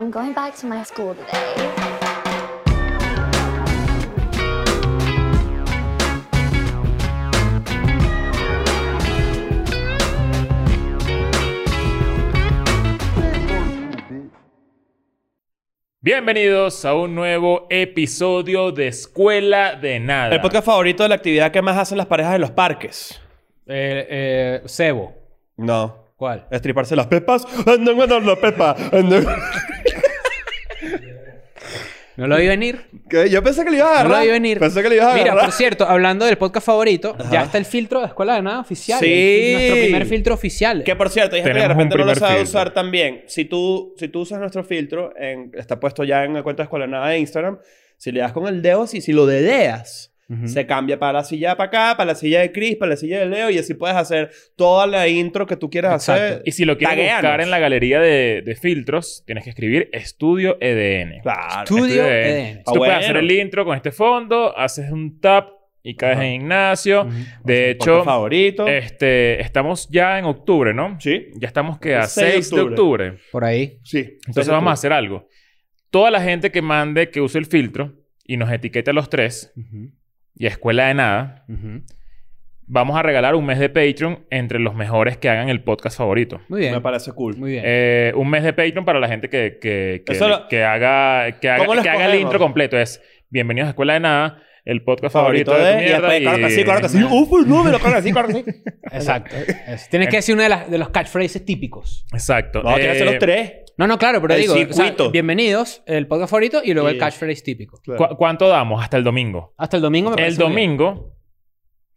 I'm going back to my school today. Bienvenidos a un nuevo episodio de Escuela de Nada. El podcast favorito de la actividad que más hacen las parejas en los parques. Eh, eh, cebo. No. ¿Cuál? Estriparse las pepas. Ando en la pepa. No lo vi venir. ¿Qué? Yo pensé que le ibas a No agarrar. lo vi venir. Pensé que le ibas a Mira, agarrar. por cierto, hablando del podcast favorito, ya está el filtro de Escuela de Nada oficial. El- Sí. nuestro primer filtro oficial. Que por cierto, hay gente que de Tenemos un repente no lo primer sabe filtro. usar también. Si tú, si tú usas nuestro filtro, en- está puesto ya en la cuenta de Escuela de Nada de Instagram. Si le das con el dedo, si, si lo dedeas, Ujú. se cambia para la silla para acá, para la silla de Chris, para la silla de Leo, y así puedes hacer toda la intro que tú quieras Exacto. hacer. Y si lo quieres Tagueanos. buscar en la galería de, de filtros, tienes que escribir Estudio E EDN. Claro. Estudio EDN. Tú Ah, bueno. puedes hacer el intro con este fondo, haces un tap y caes Ajá. Mm, en Ignacio. Ujú. De Podcast hecho, favorito. este, estamos ya en octubre, ¿no? Sí. Ya estamos que a Seis de 6 de octubre. octubre. Por ahí. Sí. Entonces vamos a hacer algo. Toda la gente que mande que use el filtro y nos etiquete a los tres Ujú. y a Escuela de Nada, Ujú. vamos a regalar un mes de Patreon entre los mejores que hagan el podcast favorito. Muy bien. Me parece cool. Muy bien. Eh, un mes de Patreon para la gente que, que, que, Eso lo- que haga, que, ¿Cómo haga, lo que haga el escogemos? intro completo. Es Bienvenidos a Escuela de Nada, el podcast favorito favorito, de, de... tu y mierda. después, claro que y- sí, claro que sí. Uf, uy, no, pero claro que sí, claro que sí. Exacto. Es- Tienes que decir uno de, las- de los catchphrases típicos. Exacto. No, tienes que hacer Eh, los tres. No, no, claro, pero El digo, o sea, circuito. bienvenidos, el podcast favorito y luego el Sí. catchphrase típico. ¿cu- ¿Cuánto damos hasta el domingo? Hasta el domingo me El parece muy bien. domingo.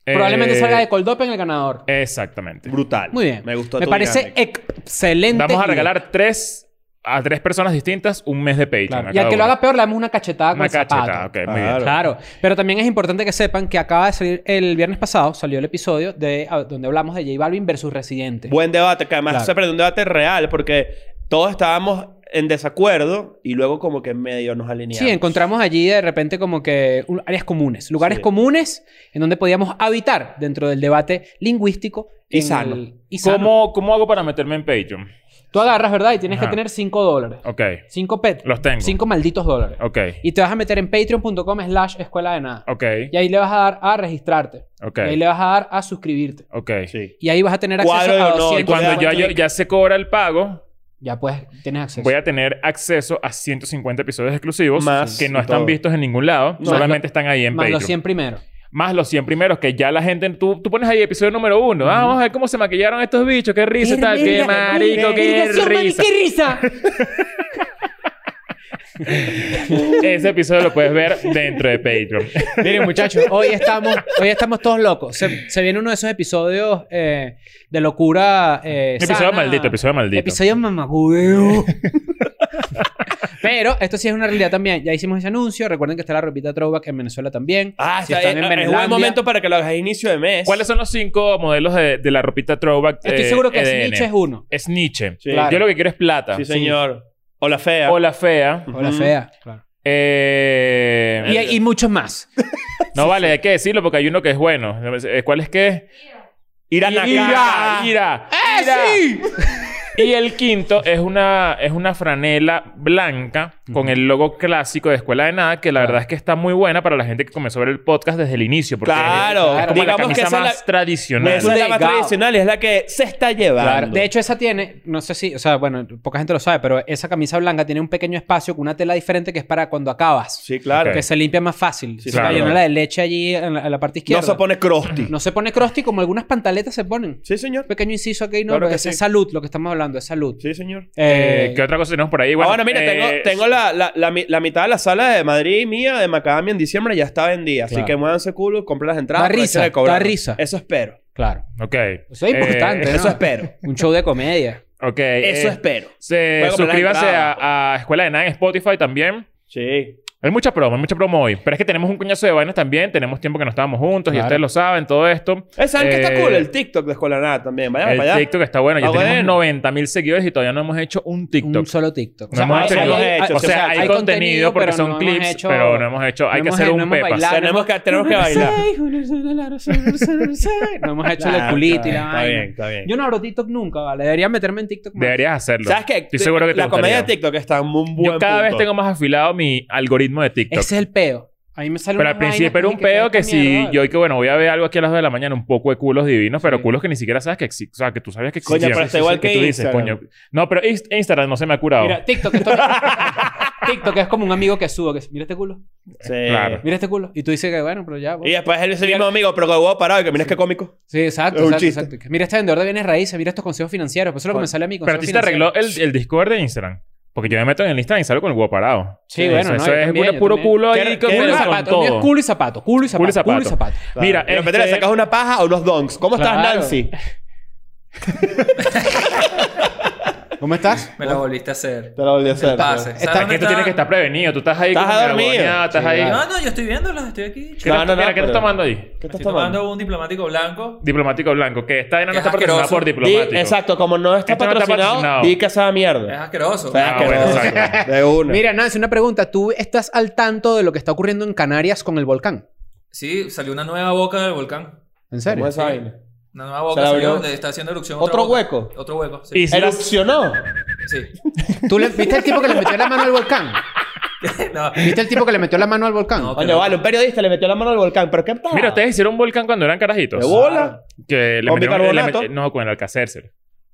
eh, Probablemente salga de Coldopen el ganador. Exactamente. Brutal. Muy bien. Me gustó Me tu parece dinámica. excelente. Vamos a idea. regalar tres a tres personas distintas un mes de Patreon. Claro. a Y al cada que lo uno. haga peor, le damos una cachetada con Una el zapato. cacheta. Ok, muy Claro. bien. Claro. Pero también es importante que sepan que acaba de salir el viernes pasado, salió el episodio de a- donde hablamos de J Balvin versus Residente. Buen debate, que además este. Claro. se perdió un debate real porque todos estábamos en desacuerdo y luego como que en medio nos alineamos. Sí, encontramos allí de repente como que un- áreas comunes, lugares Sí. comunes en donde podíamos habitar dentro del debate lingüístico Y en sano. el- y sano. ¿Cómo, ¿Cómo hago para meterme en Patreon? Tú agarras, ¿verdad? Y tienes Ajá. que tener 5 dólares. Ok. 5 pet. Los tengo. 5 malditos dólares. Ok. Y te vas a meter en patreon.com slash escuela de nada. Ok. Y ahí le vas a dar a registrarte. Ok. Y ahí le vas a dar a suscribirte. Ok. Sí. Y ahí vas a tener Cuadro de acceso a honor. 200 Y cuando ya, Cuidado, yo- ya se cobra el pago, Ya puedes, tienes acceso. voy a tener acceso a 150 episodios exclusivos Más que no y están todo. vistos en ningún lado. No. solamente están ahí en Más Patreon. los 100 primero. Más los 100 primeros que ya la gente... Tú, tú pones ahí episodio número uno. Ah, vamos a ver cómo se maquillaron estos bichos. Qué risa y tal. Qué marico, qué risa. ¡Qué risa! Ese episodio lo puedes ver dentro de Patreon. Miren, muchachos, hoy estamos, hoy estamos todos locos. Se, se viene uno de esos episodios eh, de locura. eh, Episodio sana. maldito, episodio maldito. Episodio mamagüeo. Pero esto sí es una realidad también. Ya hicimos ese anuncio. Recuerden que está la ropita Throwback en Venezuela también. Ah, Si está, están en es- es Venelandia- buen momento para que lo hagas a inicio de mes. ¿Cuáles son los cinco modelos de, de la ropita throwback? Estoy eh, seguro que EDN? Snitch es uno. Es Nietzsche. Sí. Claro. Yo lo que quiero es plata. Sí, señor. O la fea. O la fea. O la Ujú. fea. Eh, Y, y muchos más. no vale, hay que decirlo porque hay uno que es bueno. Eh, ¿Cuál es qué? Ir a Ira, Nakaka. ira, ¡Eh, ira. sí! Y el quinto es una, es una franela blanca con el logo clásico de Escuela de Nada, que la verdad es que está muy buena para la gente que comenzó a ver el podcast desde el inicio. Porque Claro. Es como la Digamos camisa que esa es la- más tradicional. Esa es la más Legado. tradicional y es la que se está llevando. Claro. De hecho, esa tiene, no sé si, o sea, bueno, poca gente lo sabe, pero esa camisa blanca tiene un pequeño espacio con una tela diferente que es para cuando acabas. sí, claro. Ok. Que se limpia más fácil. Sí, se claro. cayó la de leche allí en la, en la parte No izquierda. se pone crusty. No se pone crusty como algunas pantaletas se ponen. Sí, señor. Un pequeño inciso aquí, no, Claro pero que es, sí. es salud lo que estamos hablando, es salud. Sí, señor. Eh, Eh, ¿Qué otra cosa tenemos por ahí? Ah, Bueno, mira, eh, tengo, tengo la, la, la mi- la mitad de la sala de Madrid mía, de Macadamia en diciembre, ya está vendida. Claro. Así que muévanse culo, compren las entradas. Da aprovechen risa, de cobrar. da risa. Eso espero. Claro. Ok. Eso es Eh, importante. ¿no? Eso espero. Un show de comedia. ok. eh, Eso espero. se- Voy a comprar suscríbanse la entrada. a, a Escuela de Nada en Spotify también. Sí. Hay mucha promo, hay mucha promo hoy. Pero es que tenemos un coñazo de vainas también. Tenemos tiempo que no estábamos juntos y Claro. ustedes lo saben, todo esto. Eh, ¿Saben que está Eh, cool? El TikTok de Escuela de Nada también. Vayan para El allá. TikTok está bueno. Ya Ah, tenemos bueno. 90 mil seguidores y todavía no hemos hecho un TikTok. Un solo TikTok. No hemos hay- hecho hay- ningún- hay- o sea, hay, hay contenido, porque pero son no hemos clips, hecho- pero no hemos hecho. Hay no que hemos- hacer no un hemos pepa. bailado. Tenemos que, tenemos que bailar. No hemos hecho el Ah, culito y está la bien, vaina. Está bien, Yo no abro TikTok nunca, ¿vale? Debería meterme en TikTok más. Deberías hacerlo. ¿Sabes qué? Estoy seguro que te La comedia de gustaría. TikTok está en un buen Yo cada vez punto. tengo más afilado mi algoritmo de TikTok. Ese es el peo. A mí me sale Pero al principio era un pedo que si yo, y que bueno, voy a ver algo aquí a las 2 de la mañana, un poco de culos divinos, pero Sí. culos que ni siquiera sabes que existen. O sea, que tú sabías que Coño, existían. pero está igual que tú dices, Instagram. coño. No, pero Inst- Instagram no se me ha curado. Mira, TikTok, esto- TikTok es como un amigo que subo, que es, mira este culo, Sí. Claro. mira este culo. Y tú dices que bueno, pero ya. bueno. Y después él es el mismo amigo, pero con el huevo parado. y Que miras qué cómico. Sí, exacto, Es un exacto, chiste. exacto. Que Mira este vendedor de bienes raíces, mira estos consejos financieros. Pues eso es lo que me Bueno, sale a mí. pero a consejos ti se te arregló financieros. el, el Discord de Instagram. Porque yo me meto en el Instagram y salgo con el huevo parado. Sí, bueno, Eso, no, eso yo es también, puro- yo puro también. culo ¿Qué- ahí con, Culo qué y Pero zapato, el mío es culo y zapato, culo y zapato, Culo culo y y zapato. zapato. Mira, Mira, de repente le este- sacas una paja a unos donks. ¿Cómo estás, Claro. Nancy? ¿Cómo estás? Me la volviste a hacer. Te lo volví a hacer. Pase. Está- ¿Sabes Estás dónde que tú está? tienes que estar prevenido. Tú estás ahí Estás con la dormido. huevonada, Estás Sí, ahí. claro. No, "Ah, no, yo estoy viéndolos, estoy aquí. ¿Qué No, estás- no, no, mira, ¿qué pero- estás tomando ahí? ¿Qué estás Estoy tomando? tomando un diplomático blanco. Diplomático blanco. Que esta vaina no Es está patrocinada asqueroso. por Di- diplomático. exacto, como no está Esto no está patrocinado, patrocinado. di que esa Es mierda. asqueroso. O sea, Ah, asqueroso. bueno, exacto. de una. Mira, Nancy, una pregunta. ¿Tú estás al tanto de lo que está ocurriendo en Canarias con el volcán? Sí, salió una nueva boca del volcán. ¿En ¿Cómo serio? esa vaina? Una nueva Se boca la salió abrió. donde está haciendo erupción. otra ¿Otro boca. hueco? Otro hueco, sí. Islas. ¿Erupcionó? sí. ¿Tú le, viste el tipo que le metió la mano al volcán? no, ¿Viste el tipo que le metió la mano al volcán? No, Coño, vale, un periodista le metió la mano al volcán. ¿Pero qué tal? Mira, ustedes hicieron un volcán cuando eran carajitos. ¿De bola? Que le ¿Con metieron- le bicarbonato? met- no, con el alcacelcer.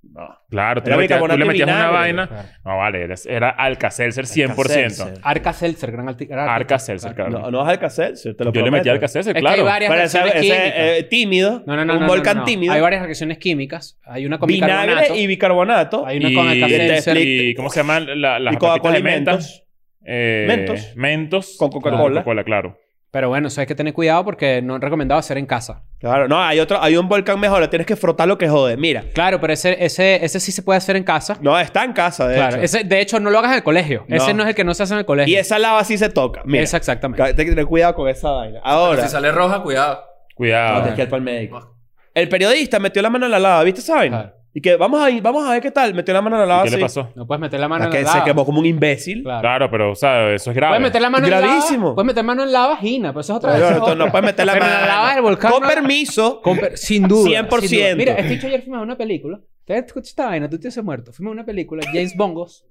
No. Claro, tú Era le metías, tú le bicarbonato y metías una vinagre. vaina. No, vale, era, era alcacelcer 100%. Alka-Seltzer. Arca Seltzer, gran arti- gran artista. Arca Seltzer, claro. No, no es Alka-Seltzer, te lo Yo le metí prometo. alcacelcer, Es que hay claro. varias Pero ese, reacciones químicas. ese, eh, tímido. no, no, no. Un no, no, volcán no. tímido. Hay varias reacciones químicas. Hay una con bicarbonato. Vinagre y bicarbonato. Hay una Y, con Alka-Seltzer. y- ¿Cómo se llaman la, las Y Coca-Cola papitas y mentos. Eh, Mentos. Mentos. Con Coca-Cola. Coca-Cola, claro. Pero bueno, eso hay que tener cuidado porque no es recomendado hacer en casa. Claro, no, hay otro, hay un volcán mejor, tienes que frotar lo que jode. Mira, Claro, pero ese, ese, ese sí se puede hacer en casa. no, está en casa, de claro. hecho. Ese, de hecho, no lo hagas en el colegio. No. Ese no es el que no se hace en el colegio. Y esa lava sí se toca. Mira, Esa exactamente. Hay que tener cuidado con esa vaina. pero Ahora, si sale roja, cuidado. no, Cuidado. tienes que ir para el médico. El periodista metió la mano en la lava, ¿viste esa vaina? Claro. Y que vamos a, ir- vamos a ver qué tal. Metió la mano en la lava. ¿Qué le Ah, sí. pasó? No puedes meter la mano La en que la se lava. quemó como un imbécil. Claro. Claro, pero, o sea, eso es grave. Puedes meter la mano en la Gravísimo. lava. Puedes meter mano en lava vagina. Pero eso es otra Pero vez. no, no puedes meter la Pero mano. en la lava del volcán Con no- permiso. Con per- sin duda. 100%. sin duda. Mira, este dicho ayer fuimos a una película. ¿Te escuchaste esta vaina? Tú te haces muerto. Fuimos a una película, James Bongos.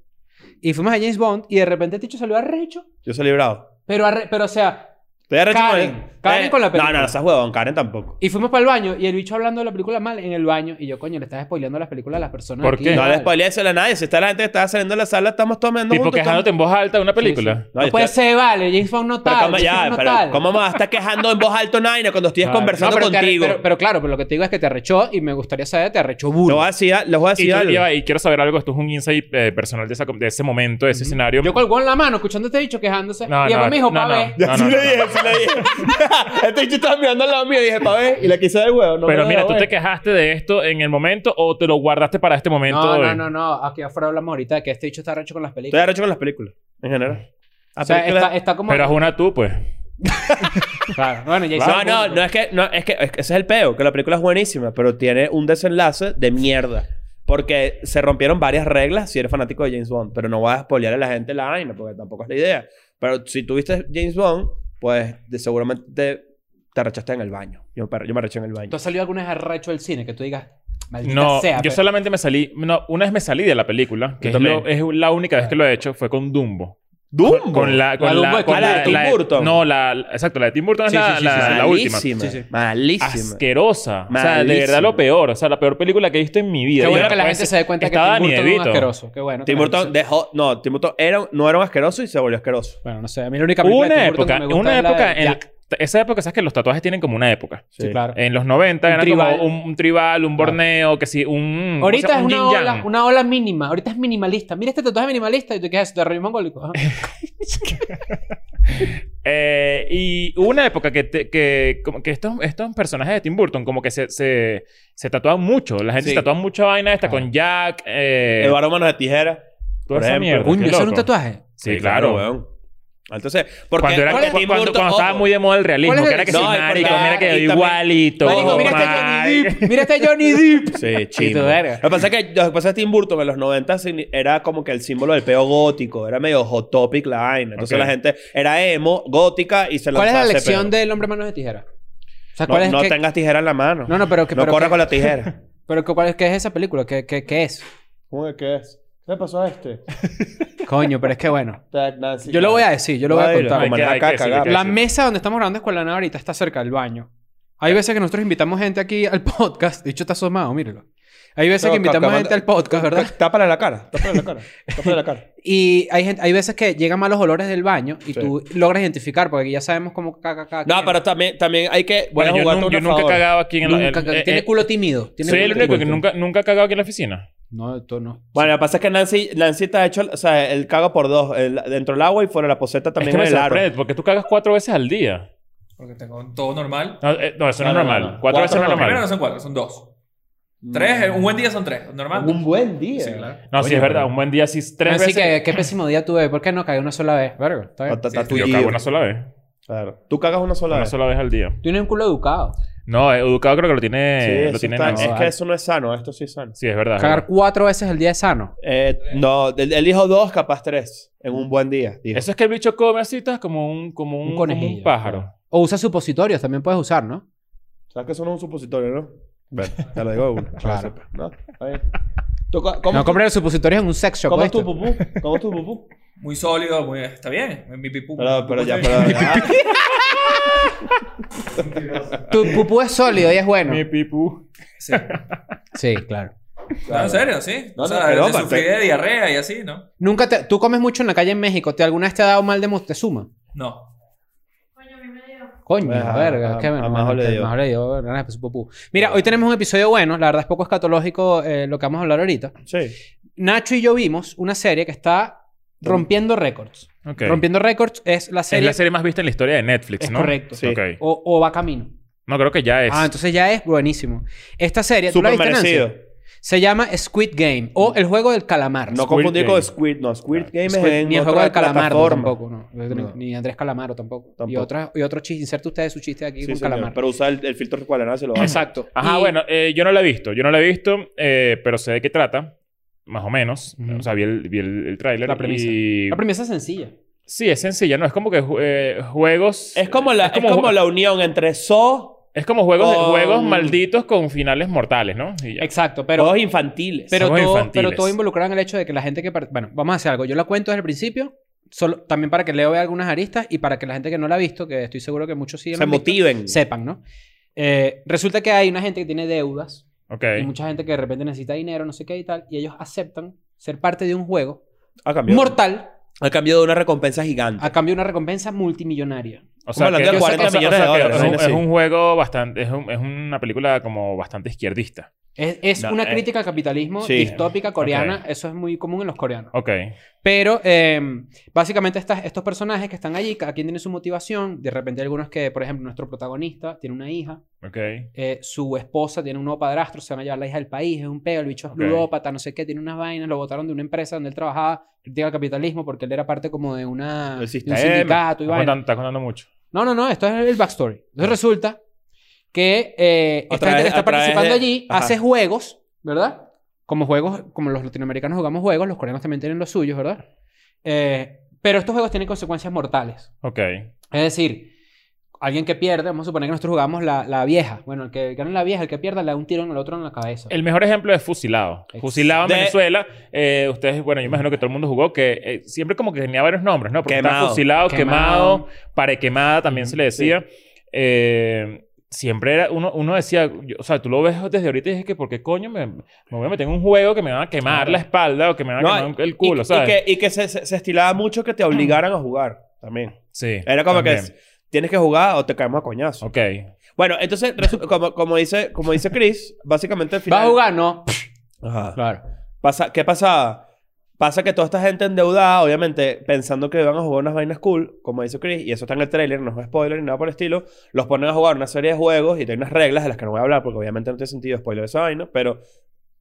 Y fuimos a James Bond y de repente Ticho salió arrecho. Yo soy librado. Pero, arre- pero o sea, Estoy arrecho Karen. con él. Eh, Karen con la No, película. no, no seas huevón. Karen tampoco. y fuimos para el baño y el bicho hablando de la película mal en el baño. Y yo, coño, le estás spoileando las películas a las personas. ¿Por aquí, qué? vale. No le spoilees eso a nadie. Si está la gente que está saliendo de la sala, estamos tomando Tipo juntos. quejándote en voz alta de una película. No, yo puede estoy- ser, vale. James Bond no Pero tal. ¿cómo, James ya, Bond no pero tal. ¿cómo me vas a estar quejando en voz alta una vaina cuando estoy Claro. conversando No, pero te arre- contigo? pero, pero claro, pero lo que te digo es que te arrechó y me gustaría saber, te arrechó Les burro. voy a decir, les voy a Y, decir tú- algo. ya va, y quiero saber algo. Esto es un insight eh, personal de, esa- de ese momento, de ese escenario. Yo colgó en la mano escuchando este bicho quejándose. No, y después no, me dijo, no, pa' no. ver. Ya No, sí no, le no, dije, sí le dije. este bicho estaba mirando al lado mío y dije, pa' ver. Y le quise dar el huevo. No Pero me mira, lo ¿tú te dejó ver. quejaste de esto en el momento o te lo guardaste para este momento? No, de- no, no, no. Aquí afuera hablamos ahorita de que este bicho está arrecho con las Estoy películas. arrecho con las películas, en general. O sea, Películas- está, está como... Ah, Pero haz una tú, pues. Claro. Bueno, ya hice No, el no, punto. no es que, no, es que es que ese es el peo, que la película es buenísima, pero tiene un desenlace de mierda. Porque se rompieron varias reglas si eres fanático de James Bond, pero no vas a spoilear a la gente la vaina, porque tampoco es la idea. Pero si tuviste James Bond, pues de- seguramente te, te arrechaste en el baño. Yo, me- yo me arreché en el baño. ¿Tú has salido alguna vez arrecho del cine que tú digas, maldita No, sea? pe- yo solamente me salí. No, una vez me salí de la película, que Yo es, lo- es la única vez que lo he hecho, fue con Dumbo. ¿Dumbo? Con la, con La la, Dumbo es con con la- la de Tim la- Burton. No, la, la- exacto, la de Tim Burton es Sí, la, sí, sí, la- sí, sí. la última. Ah, Malísima. Sí, sí. Malísima. Asquerosa. O sea, de Malísima. verdad lo peor. O sea, la peor película que he visto en mi vida. Qué Y bueno después que la gente se dé cuenta que Tim pues, estaba Burton Danny es un DeVito. asqueroso. Qué bueno. que Tim la gente Burton dejó. No, Tim Burton era, no era un asqueroso y se volvió asqueroso. se- Bueno, no sé. A mí la única Hubo película de una Tim Burton época, que me gusta una es la de época, en la- Jack. esa época, sabes que los tatuajes tienen como una época. Sí, claro. En los 90 Un era tribal. Ah. como un, un tribal, un borneo, que sí, un. ¿cómo se Ahorita llama? es Un una yin-yang. ola, una ola mínima. Ahorita es minimalista. Mira este tatuaje minimalista y tú quedas de rollo mongólico. Ajá. Eh, y hubo una época que, te- que, como que estos, estos personajes de Tim Burton, como que se, se, se tatuaban mucho. La gente Sí. se tatuaba mucha vaina esta con Jack. Eh, Eduardo Manos de Tijera. toda por esa ejemplo. mierda, Coño, qué ¿eso era loco. un tatuaje? Sí, claro. weón. Entonces, porque cuando era, ¿cuál es- cu- Tim cuando, Burton, cuando estaba ojo, muy de moda el realismo, ¿Cuál es que el- era que No, sí, y porque- marico, mira que y también- igualito. Marico, mira este Johnny marico. Depp. Mira este Johnny Depp. Sí, Y chido. tu verga. Lo que pasa es que, lo que pasa es que Tim Burton en los 90 signi- era como que el símbolo del peo gótico. Era medio hot topic la vaina. Entonces Ok. la gente era emo, gótica y se ¿Cuál es la lanzaba ese lección peo. del hombre manos de tijera? O sea, No, ¿cuál es no que- tengas tijera en la mano. No, no, pero que- No pero corras que- con la tijera. pero que- ¿cuál es, qué es esa película? ¿Qué, qué, qué es? ¿Cómo que qué es? ¿Qué le pasó a este? Coño, pero es que bueno. Yo lo voy a decir, yo lo voy a Ay, contar. no, man, Hay que- acá, hay que decirle cagado. que- La mesa donde estamos grabando Escuela Nada ahorita está cerca del baño. Hay veces que nosotros invitamos gente aquí al podcast. De hecho, está asomado, mírelo. Hay veces No, que invitamos acabando- gente al podcast, ¿verdad? Tápale la cara, tápale la cara, tápale la cara. Y hay, gente, hay veces que llegan malos olores del baño y Sí. tú logras identificar, porque aquí ya sabemos cómo caga caga. No, pero también, también hay que... Voy a Bueno, yo jugar nun- con yo una nunca he favor. cagado aquí en la... Nunca el- caga- eh, tiene eh, culo tímido. tiene Soy culo el único que tímido. nunca, nunca ha cagado aquí en la oficina. No, tú no. Bueno, lo que pasa es que Nancy, Nancy te ha hecho, o sea, el cago por dos, el- dentro del agua y fuera de la poseta Es también que me en el aro. sorprende, porque tú cagas cuatro veces al día. Porque tengo todo normal. No, eh, no, eso no, No, no, es normal. no, no. Cuatro veces no es Cuatro Primero no normal. son cuatro, son dos. Tres, eh, un buen día son tres. Normal. Mm. buen día. Sí, claro. No, sí, es verdad. Un buen día sí es tres Así veces. que, qué pésimo día tuve. ¿Por qué no cagué una sola vez? Verga, está bien. Ta- ta- Sí, tu yo Yo lío. cago una sola vez. Claro. Tú cagas una sola Una vez. sola vez al día. Tienes un culo educado. No, eh, educado creo que lo Sí, tiene... eso lo tiene está- Nancy. es vale. que eso no es sano, esto sí es sano. Sí, es verdad. es Cagar verdad. cuatro veces al día es sano. Eh, no, el- elijo dos, capaz tres, en un buen día. dijo. Eso es que el bicho come así, estás como un, como un, Un como un conejillo. pájaro. O usa supositorios, también puedes usar, ¿no? ¿Sabes que eso no es un supositorio, no? Bueno, te lo digo de una. Claro. No, está bien. ¿Tú co- ¿Cómo, No tú- comprar supositorios en un sex shop. cómo es ¿oíste? tu pupú? ¿Cómo es tu pupú? Muy sólido, muy... Está bien. Mi pipú. Pero, mi pero pipú ya, está pero... bien. Tu pupú es sólido y es bueno. Mi pipú. Sí. Sí, claro. No, en serio, sí. No, no, o sea, pero de aparte- sufrir de diarrea y así, ¿no? Nunca te... Tú comes mucho en la calle en México. ¿Te alguna vez te ha dado mal de Moctezuma? No. Coño, Ajá, verga. Pues, a- qué bueno. a Majo bueno, le que dio. Majo le dio, verga, pues, su pupú. Mira, hoy tenemos un episodio bueno. La verdad es poco escatológico eh, lo que vamos a hablar ahorita. Sí. Nacho y yo vimos una serie que está rompiendo récords. Ok. Rompiendo récords es la Es serie... la serie más vista en la historia de Netflix, Es ¿no? correcto. Sí. Ok. O, o va camino. No, creo que ya es. Ah, entonces ya es buenísimo. Esta serie... ¿tú la Súper viste, Nancy? merecido. Se llama Squid Game o El Juego del Calamar. No Squid confundir Game. con Squid, no. Squid Game Squid- es en ni el otra juego del calamar plataforma. tampoco, no. No. Ni Andrés Calamaro tampoco. Y Tampoco. otra, y otro chiste, inserte ustedes su chiste aquí Sí, con señor. calamar. Pero usar el, el filtro cual nada se lo va a Exacto. Ajá, Y- bueno, eh, yo no la he visto. Yo no la he visto, eh, pero sé de qué trata. Más o menos. Ujú. O sea, vi el, vi el, el tráiler. La premisa. y- La premisa es sencilla. Sí, es sencilla, ¿no? Es como que ju- eh, juegos... Es como la, es como ju- la unión entre so es como juegos, de- con- juegos malditos con finales mortales, ¿no? Y ya. Exacto, pero, pero, infantiles. pero, Somos todo, infantiles. pero todo involucrado en el hecho de que la gente que... part- Bueno, vamos a hacer algo. Yo la cuento desde el principio, solo, también para que Leo vea algunas aristas y para que la gente que no la ha visto, que estoy seguro que muchos sí la se han visto, motiven. sepan, ¿no? Eh, resulta que hay una gente que tiene deudas Ok. y mucha gente que de repente necesita dinero, no sé qué y tal, y ellos aceptan ser parte de un juego A cambio, mortal Ah, a cambio de una recompensa gigante. a cambio de una recompensa multimillonaria. O hablando de que- 40 o sea, millones de o sea, que dólares, es un- vaina Es así. un juego bastante... Es, un- es una película como bastante izquierdista. Es, es No, una eh, crítica al capitalismo sí. distópica coreana. Eso es muy común en los coreanos. Ok. Pero eh, básicamente estas, estos personajes que están allí, cada quien tiene su motivación. De repente hay algunos que, por ejemplo, nuestro protagonista tiene una hija. Ok. eh, su esposa tiene un nuevo padrastro, se van a llevar la hija del país, es un peo, el bicho es Ok. ludópata, no sé qué, tiene unas vainas, lo botaron de una empresa donde él trabajaba, critica al capitalismo porque él era parte como de, una, Del de un sistema. sindicato y vaina. Estás contando, estás contando mucho. No, no, no, esto es el backstory. Entonces resulta que eh, esta Otra gente vez- que está otra vez participando de- allí Ajá. hace juegos, ¿verdad? Como juegos, como los latinoamericanos jugamos juegos, los coreanos también tienen los suyos, ¿verdad? Eh, pero estos juegos tienen consecuencias mortales. Ok. Es decir, alguien que pierde, vamos a suponer que nosotros jugamos la, la vieja. Bueno, el que gana la vieja, el que pierda, le da un tiro en el otro en la cabeza. El mejor ejemplo es Fusilado. Exacto. Fusilado en De- Venezuela. eh, ustedes, bueno, yo imagino que todo el mundo jugó que eh, siempre como que tenía varios nombres, ¿no? Porque Quemado. estaba Fusilado, Quemado. Quemado, Parequemada también se le decía. Eh, siempre era... Uno, uno decía... yo- o sea, tú lo ves desde ahorita y dices que ¿por qué coño me, me voy a meter en un juego que me van a quemar la espalda o Ah, que me van a No, quemar un- el culo, y, ¿sabes? Y que, y que se, se- se estilaba mucho que te obligaran a jugar también. Sí. Era como también. que tienes que jugar o te caemos a coñazo. Ok. Bueno, entonces, resu- como, como, dice, como dice Chris, básicamente al ¿Va a final. jugar? No. Ajá. Claro. Pasa, ¿Qué pasaba? Pasa que toda esta gente endeudada, obviamente, pensando que van a jugar unas vainas cool, como dice Chris, y eso está en el tráiler, no es spoiler ni nada por el estilo, los ponen a jugar una serie de juegos y tienen unas reglas de las que no voy a hablar porque obviamente no tiene sentido spoiler esa vaina, pero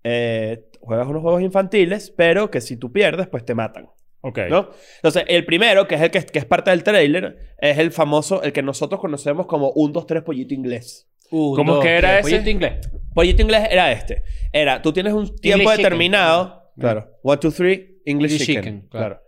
eh, juegas unos juegos infantiles, pero que si tú pierdes, pues te matan. Ok. ¿no? Entonces, el primero, que es el que, que es parte del tráiler, es el famoso, el que nosotros conocemos como un, dos, tres pollito inglés. Un, ¿Cómo dos, que era tres. ese? Pollito inglés. Pollito inglés era este. Era, tú tienes un tiempo chicken. determinado. Claro. One, two, three, English, English chicken. chicken, claro.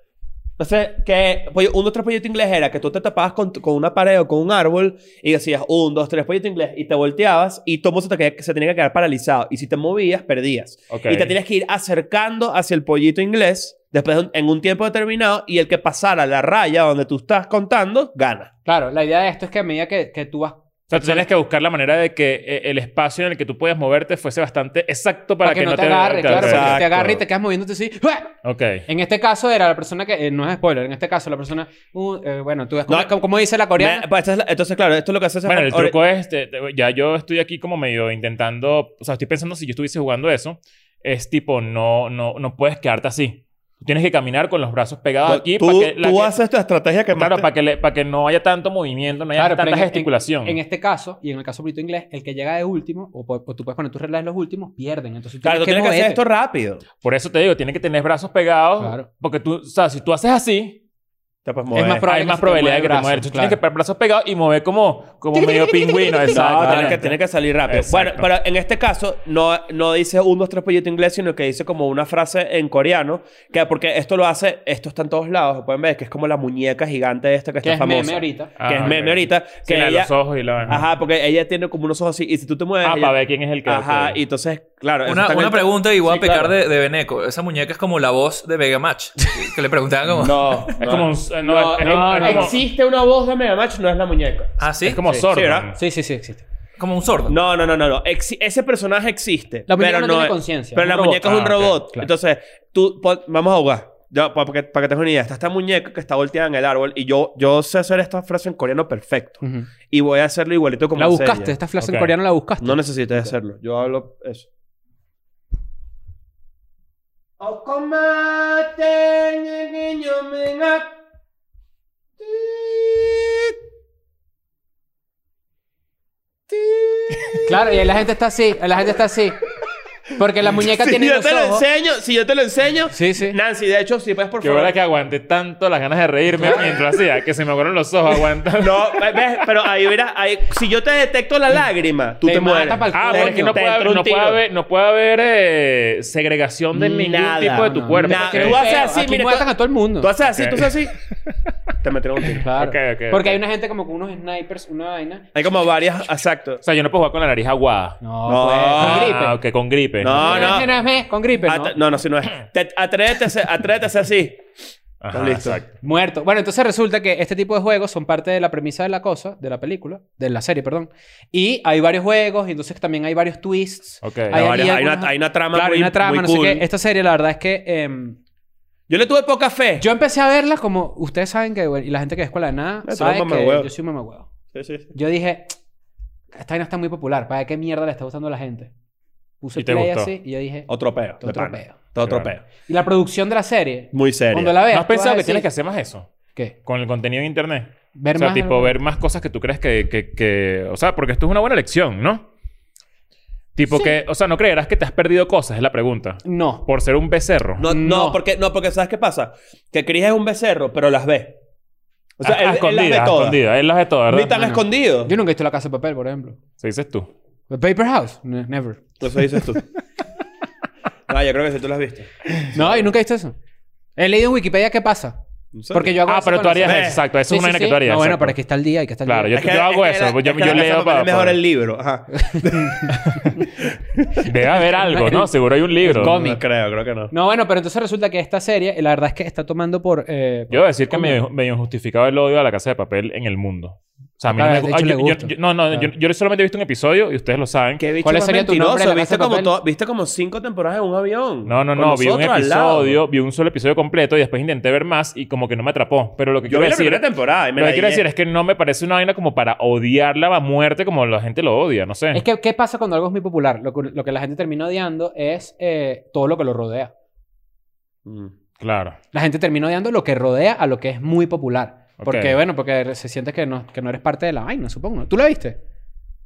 Entonces, que pollo- un, dos, tres pollito inglés era que tú te tapabas con, con una pared o con un árbol y decías un, dos, tres pollito inglés y te volteabas y todo el mundo te quedaba- se tenía que quedar paralizado. Y si te movías, perdías. Ok. Y te tienes que ir acercando hacia el pollito inglés después de un- en un tiempo determinado y el que pasara la raya donde tú estás contando, gana. Claro, la idea de esto es que a medida que, que tú vas... O sea, tú tienes que buscar la manera de que eh, el espacio en el que tú puedas moverte fuese bastante exacto para, Para que, no te agarre, claro. ok. Porque te Exacto. agarre y te quedas moviéndote así. ¡Uah! Ok. En este caso era la persona que... eh, no es spoiler. En este caso la persona... uh, eh, bueno, tú... No. como, como- como dice la coreana? Me- pues, esta es la- entonces, claro, esto es lo que hace... Bueno, el truco es, te- te- ya yo estoy aquí como medio intentando, o sea, estoy pensando si yo estuviese jugando eso, es tipo, no, no, no puedes quedarte así. Tú tienes que caminar con los brazos pegados aquí tú, para que, la tú que- haces tu estrategia que claro, más te- para que, le- para que no haya tanto movimiento, no haya Claro, pero tanta en- en- gesticulación. En, este caso, y en el caso pollito inglés, el que llega de último, o, po- o tú puedes poner tus reglas de los últimos, pierden. Entonces tú Claro, tú tienes que hacer esto moverte. rápido. Por eso te digo, tienes que tener brazos pegados, Claro. porque tú, o sea, si tú haces así, Te puedes Es más mover. pro- Probable hay que se más te probabilidad de que mueva te el mueras. brazo, Tú tienes que claro. poner brazos pegados y mover como, como medio pingüino. No, Exacto. tienes que, tienes que salir rápido. Exacto. Bueno, pero en este caso no, no dice un, dos, tres pollito inglés, sino que dice como una frase en coreano, que porque esto lo hace, esto está en todos lados, lo pueden ver, que es como la muñeca gigante esta que Que está es famosa. meme ahorita. Ah, que es ok. meme ahorita. Sí, Que la de ella, los ojos y la vaina. Ajá, porque ella tiene como unos ojos así. Y si tú te mueves. Ah, ella- para ver quién es el que. Ajá, que- y entonces, claro. eso Una, está en una el- pregunta y voy Sí, a pecar claro. de, de Beneco. Esa muñeca es como la voz de Vega Match. que le preguntaban como. No. Es como un. No, No, es, no, es no. como, Existe una voz de Megamatch, no es la muñeca. Ah, sí. es como Sí, sordo. sí, ¿verdad? Sí, sí, sí, existe. Como un sordo. No, no, no, no. no. Exi- ese personaje existe. La muñeca pero no tiene es- conciencia, Pero es la un robot. muñeca es un Ah, ok, robot. claro. Entonces, tú, pon- vamos a jugar. Ya, pa- porque- para, que, te des una idea. Está esta muñeca que está volteada en el árbol. Y yo, yo sé hacer esta frase en coreano perfecto. Ujú. Y voy a hacerlo igualito como Mm. La hace ella. buscaste, esta frase Ok. en coreano la buscaste. No necesitas hacerlo. Yo hablo eso. Claro, y ahí la gente está así, la gente está así. Porque la muñeca si tiene yo los te lo ojos. enseño, si yo te lo enseño. Sí, sí. Nancy, de hecho, si puedes, por Que favor. verdad que aguanté tanto las ganas de reírme mientras hacía, que se me aguaron los ojos aguantando. No, ve- ves, pero ahí verás, ahí- si yo te detecto la lágrima, tú te, Te mata mueres. pa'l Ah, Te- porque no te puede, entra haber- un no puede tiro. haber, no puede haber eh, segregación de ningún Nada, tipo de tu no, cuerpo. nada. ok. Tú haces Pero así, aquí mira, matan tú- a todo el mundo. Tú haces así, Ok. tú haces así. Te metieron un tiro. Claro. Ok, ok, Porque ok. hay una gente como con unos snipers, una vaina. Hay como varias, exacto. O sea, yo no puedo jugar con la nariz aguada. No, No. pues, con gripe. Ah, ok, con gripe. No, Una vez, una vez, con gripe, At- ¿no? no, no, si no es. Te- atrévete, a hacer- atrévete a hacer así. Ajá, listo. exacto. Muerto. Bueno, entonces resulta que este tipo de juegos son parte de la premisa de la cosa, de la película, de la serie, perdón. Y hay varios juegos, y entonces también hay varios twists. Ok. Hay, Hay allí varias- hay una- algunos- hay una trama Claro, hay muy- una trama, muy no cool. sé qué. Esta serie, la verdad es que em, Yo le tuve poca fe. yo empecé a verla como ustedes saben que, bueno, y la gente que es escuela de nada, tú eres sabe un que mamahuevo. yo soy un mamahuevo. Sí, sí, sí. Yo dije, esta vaina está muy popular, ¿para qué mierda le está gustando a la gente? Puse Y te play gustó. así y yo dije, Otro peo. Otro de pana. peo. Todo otro Claro. peo. y la producción de la serie, Muy serio. cuando la veas, ¿No has tú vas pensado a que tienes que decir, hacer más eso? ¿Qué? Con el contenido de internet. Ver o sea, más tipo, ver más cosas que tú crees que, que, que- O sea, porque esto es una buena lección, ¿no? Tipo que... O sea, no creerás que te has perdido cosas, es la pregunta. No. Por ser un becerro. No, no, No. porque, no, porque ¿sabes qué pasa? Que Chris es un becerro, pero las ve. O sea, Ah, él, él escondida, las ve todas. escondida. Él las ve todas, Ni ¿verdad? Ah, tan No, no. escondido. Yo nunca he visto La Casa de Papel, por ejemplo. Se dices tú. The Paper House? Ne- Never. Eso dices tú. no, yo creo que sí tú las viste. No, yo nunca he visto eso. He leído en Wikipedia qué pasa. ¿En serio? Porque yo hago Ah, eso pero con tú la harías serie. eso. Exacto. Eso Sí, es una sí, vaina que sí. tú harías. No, bueno, exacto. pero es que está el día, hay que estar al Claro, día. yo, yo hago que eso. la- pues yo es que yo la leo casa para... papel es mejor el libro. Ajá. Debe haber algo, ¿no? Seguro hay un libro. cómic. No creo, creo que no. No, bueno, pero entonces resulta que esta serie, la verdad es que está tomando por... eh, Yo debo decir que medio, medio injustificado el odio a la casa de papel en el mundo. O sea, a mí Claro, no de me hecho ah, yo- le yo- gusta. yo- No, no, yo- yo, solamente he visto un episodio y ustedes lo saben. ¿Qué bicho ¿Cuál más sería tu nombre en la mentiroso? Casa ¿Viste de como, Papel? todo- ¿Viste como cinco temporadas en un avión? No, no, Con no. Vi un nosotros al lado. episodio, vi un solo episodio completo y después intenté ver más y como que no me atrapó. Pero lo que Yo quiero vi la decir, primera temporada y me lo la que quiero guié. decir es que no me parece una vaina como para odiarla a muerte como la gente lo odia, no sé. Es que, ¿qué pasa cuando algo es muy popular? Lo que, lo que la gente termina odiando es eh, todo lo que lo rodea. Mm. Claro. La gente termina odiando lo que rodea a lo que es muy popular. Ok. Porque, bueno, porque se siente que no, que no eres parte de la vaina, supongo. ¿Tú la viste?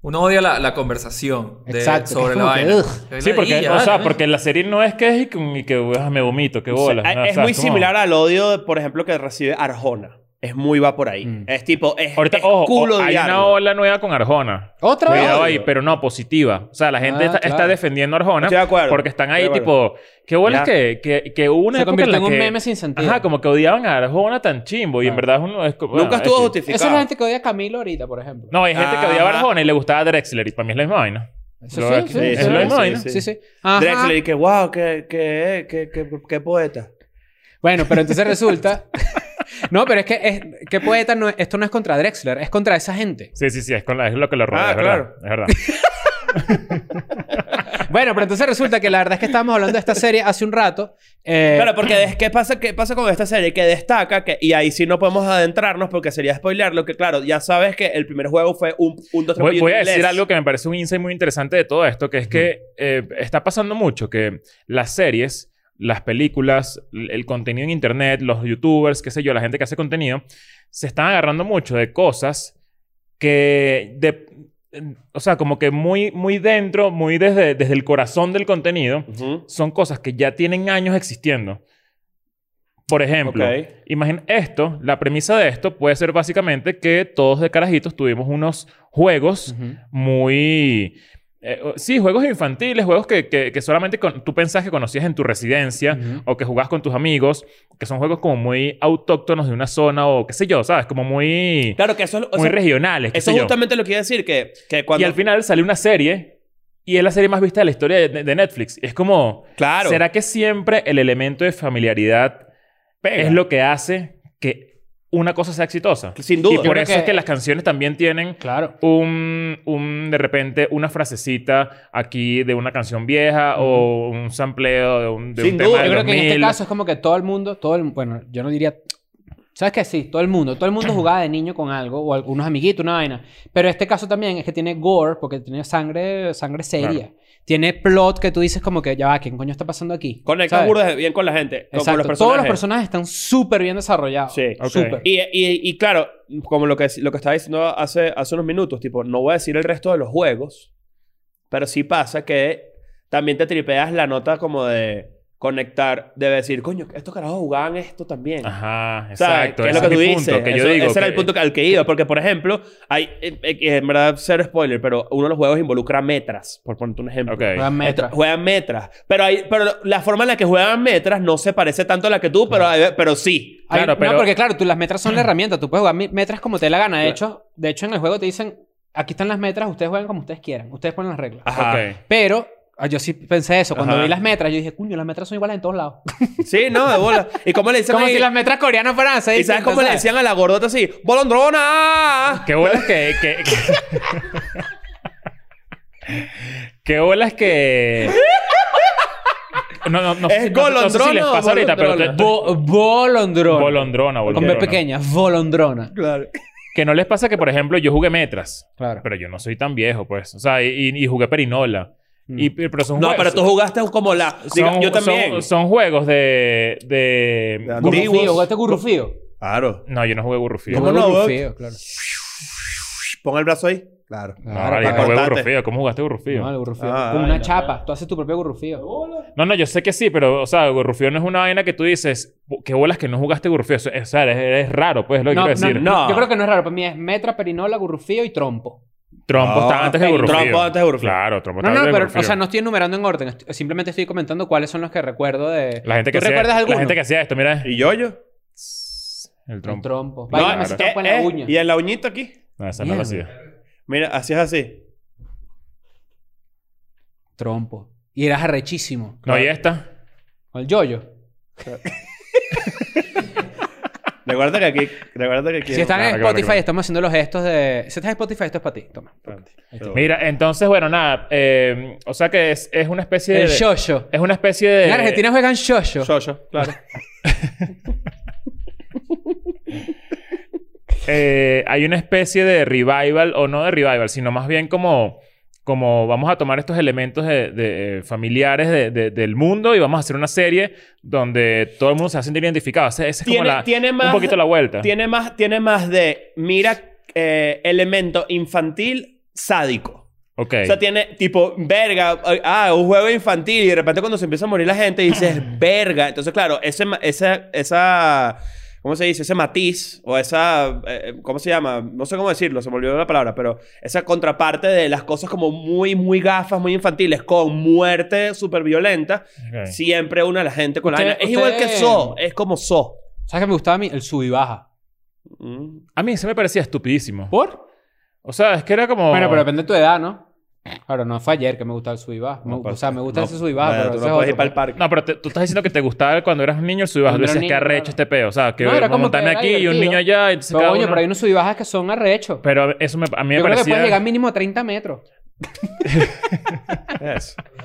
Uno odia la, la conversación de- Exacto, que sobre es la como que, vaina. ugh. Es Sí, la porque, ladilla, o sea, ¿vale? porque la serie no es que es y que, y que, ah, me vomito, que bola. Sí, es muy similar al odio, por ejemplo, que recibe Arjona. Es muy va por ahí. Mm. Es tipo, es, Ahorita, es ojo, culo hay odiarlo. una ola nueva con Arjona. Otra vez. Cuidado ahí, pero no, positiva. O sea, la Ah, gente está, claro. está defendiendo a Arjona. Estoy de acuerdo. Porque están ahí, Estoy de tipo, qué bueno Ya. es que, que, que hubo una Se época en convirtió la en un que- meme sin sentido. Ajá, como que odiaban a Arjona tan chimbo. Y en verdad uno es como- Ah. Nunca bueno, estuvo es que- justificado. Ah. Esa es la gente que odia a Camilo ahorita, por ejemplo. No, hay gente que odiaba a Ajá. Arjona y le gustaba Drexler. Y para mí es la misma vaina. Eso Lo sí, de- sí, sí, sí, es lo sí, mismo, sí, ¿no? sí, sí. Ajá. Drexler y que, wow, qué, qué, qué, qué, qué poeta. Bueno, pero entonces resulta... no, pero es que... Es, ¿Qué poeta? No, es- esto no es contra Drexler. Es contra esa gente. Sí, sí, sí. Es, con la- es lo que lo rodea. Ah, es verdad, Es verdad. Bueno, pero entonces resulta que la verdad es que estábamos hablando de esta serie hace un rato. eh, Claro, porque des- ¿qué, pasa, ¿qué pasa con esta serie? Que destaca, que, y ahí sí no podemos adentrarnos porque sería spoilearlo, que claro, ya sabes que el primer juego fue un, un dos, tres, Voy, y un voy a decir less. algo que me parece un insight muy interesante de todo esto, que es que eh, está pasando mucho que las series, las películas, l- el contenido en internet, los youtubers, qué sé yo, la gente que hace contenido, se están agarrando mucho de cosas que de o sea, como que muy, muy dentro, muy desde, desde el corazón del contenido, Ujú. son cosas que ya tienen años existiendo. Por ejemplo, Ok. imagina esto, la premisa de esto puede ser básicamente que todos de carajitos tuvimos unos juegos ujú. muy... eh, o- sí, juegos infantiles, juegos que, que- que solamente con- tú pensás que conocías en tu residencia Ujú. o que jugabas con tus amigos, que son juegos como muy autóctonos de una zona o qué sé yo, ¿sabes? Como muy, Claro que eso es... o muy sea, regionales. qué eso sé es yo. justamente lo que iba a decir, que, que cuando... Y al final sale una serie y es la serie más vista de la historia de, de Netflix. Es como, Claro. ¿será que siempre el elemento de familiaridad Pega. es lo que hace que una cosa sea exitosa? Sin duda. Y por creo eso es que- que las canciones también tienen Claro. un, un, de repente, una frasecita aquí de una canción vieja o un sampleo de un, de un Sin tema duda. del Yo creo que en este 2000. caso es como que todo el mundo, todo el, bueno, yo no diría, ¿sabes qué? Sí, todo el mundo, todo el mundo jugaba de niño con algo o algunos amiguitos, una vaina. Pero este caso también es que tiene gore porque tiene sangre, sangre seria. Tiene plot que tú dices como que ya va, ¿qué coño está pasando aquí? Conectas ¿Sabes? burda bien con la gente. con- Con Exacto. los personajes. Todos los personajes están súper bien desarrollados. Sí. Ok. Súper. Y, y- y claro, como lo que, lo que estaba diciendo hace, hace unos minutos, tipo, no voy a decir el resto de los juegos, pero sí pasa que también te tripeas la nota como de conectar, de decir, coño, estos carajos jugaban esto también. Ajá, ¿Sabes? Ah, exacto. Que Ese es lo que tú mi dices. punto, que yo Eso- digo ese era el que- punto que- al que iba. Porque, por ejemplo, hay... eh, eh, en verdad, cero spoiler, pero uno de los juegos involucra metras, por ponerte un ejemplo. Ok. Juegan Metra. Esto- Juegan metras. Pero, hay, pero la forma en la que juegan metras no se parece tanto a la que tú, pero, hay- pero sí. Hay- Claro, pero- No, porque claro, tú, las metras son la herramienta. Tú puedes jugar mi- metras como te dé la gana. De hecho, de hecho, en el juego te dicen, aquí están las metras, ustedes juegan como ustedes quieran. Ustedes ponen las reglas. Ajá. Ok. Pero ah, yo sí pensé eso. Cuando Ajá. vi las metras, yo dije, cuño, las metras son iguales en todos lados. Sí, no, de bola. ¿Y cómo le dicen Como ahí? si las metras coreanas fueran así. ¿Y sabes cómo le decían a la gordota así? ¡Bolondrona! Qué bolas que. que, que... Qué bolas que. No, no, no, sé ¿Es si- no, sé- no sé si les golondrona o pasa ahorita, pero te- te- Bolondrona. Bolondrona, Con B bolondrona. pequeña. Bolondrona. Claro. Que no les pasa que, por ejemplo, yo jugué metras, Claro. pero yo no soy tan viejo, pues. O sea, y, y jugué perinola. Y, pero son Mm. No, juegos- pero tú jugaste como la... diga, son- yo también. Son, son juegos de. de... De Gurru- antiguos. Gurrufío. ¿Jugaste Gurrufío? Claro. No, yo no jugué Burrufío. ¿Cómo Yo no, jugué weón? Gurrufío, claro. Pon el brazo ahí. Claro. No, Claro, marico, claro. jugué cortaste. Burrufío. ¿Cómo jugaste Burrufío? No, el Gurrufío. Ah, Con vaina. una chapa. Tú haces tu propio Gurrufío. No, no, yo sé que sí, pero, o sea, Gurrufío no es una vaina que tú dices, qué bolas que no jugaste Gurrufío. Eso- O sea, es, es raro, pues, es lo que No, quiero decir. no. Yo creo que no es raro. Para mí es metra, perinola, Gurrufío y trompo. Trompo No, estaba antes de Trompo Gurrufío. antes de Gurrufío. Claro, Trompo No, estaba no, antes de pero, Gurrufío. o sea, no estoy enumerando en orden. Estoy- Simplemente estoy comentando cuáles son los que recuerdo de. La gente que ¿Tú hacía- recuerdas alguno? La gente que hacía esto, mira. ¿Y yo, yo? El El trompo. trompo. No, Vaya, me claro. hace trompo en la uña. eh, y en la uñita aquí. No, esa no la Mierda. hacía. Mira, así es así. Trompo. Y eras arrechísimo. No, y esta. Con el yoyo. Recuerda que aquí... Recuerda que aquí... Si están claro, en claro, Spotify, claro. estamos haciendo los gestos de. Si estás en Spotify, esto es para ti. Toma. Mira, entonces, bueno, nada. eh, o sea que es, es una especie de. El yoyo. Es una especie de. Eh, En Argentina juegan yoyo. Soyo, claro. eh, hay una especie de revival, o no de revival, sino más bien como, como vamos a tomar estos elementos de, de, eh, familiares de- de- del mundo y vamos a hacer una serie donde todo el mundo se siente identificado. Ese- esa es como Tiene- la- tiene un más- poquito la vuelta. Tiene más, tiene más de... Mira, eh, elemento infantil, sádico. Ok. O sea, tiene tipo, verga, ah, un juego infantil y de repente cuando se empieza a morir la gente dices, verga. Entonces, claro, ese, ma- esa, esa, ¿cómo se dice? Ese matiz o esa, eh, ¿cómo se llama? No sé cómo decirlo, se me olvidó la palabra, pero esa contraparte de las cosas como muy, muy gafas, muy infantiles, con muerte súper violenta, Ok. siempre una a la gente con la... Usted- vaina. Es igual que usted- So, es como So. ¿Sabes qué me gustaba a mí? El sub y baja. Mm. A mí se me parecía estupidísimo. ¿Por? O sea, es que era como... Bueno, pero Oh. depende de tu edad, ¿no? Claro, no fue ayer que me gustaba el sub y baja. Me- No, pues, o sea, me gusta no, ese sub y baja, bueno, pero tú ese no es puedes ir otro, pues. para el parque. No, pero te- tú estás diciendo que te gustaba cuando eras niño el subibas. Tú Cuando era dices que niño, arrecho claro. este peo. O sea, que No, era vamos a como que montarme era aquí y un divertido. niño allá. y entonces Pero cada coño, uno- pero hay unos sub y bajas que son arrechos. Pero eso me- a mí me Yo creo que parecía... puedes llegar mínimo a 30 metros. Eso. Eh.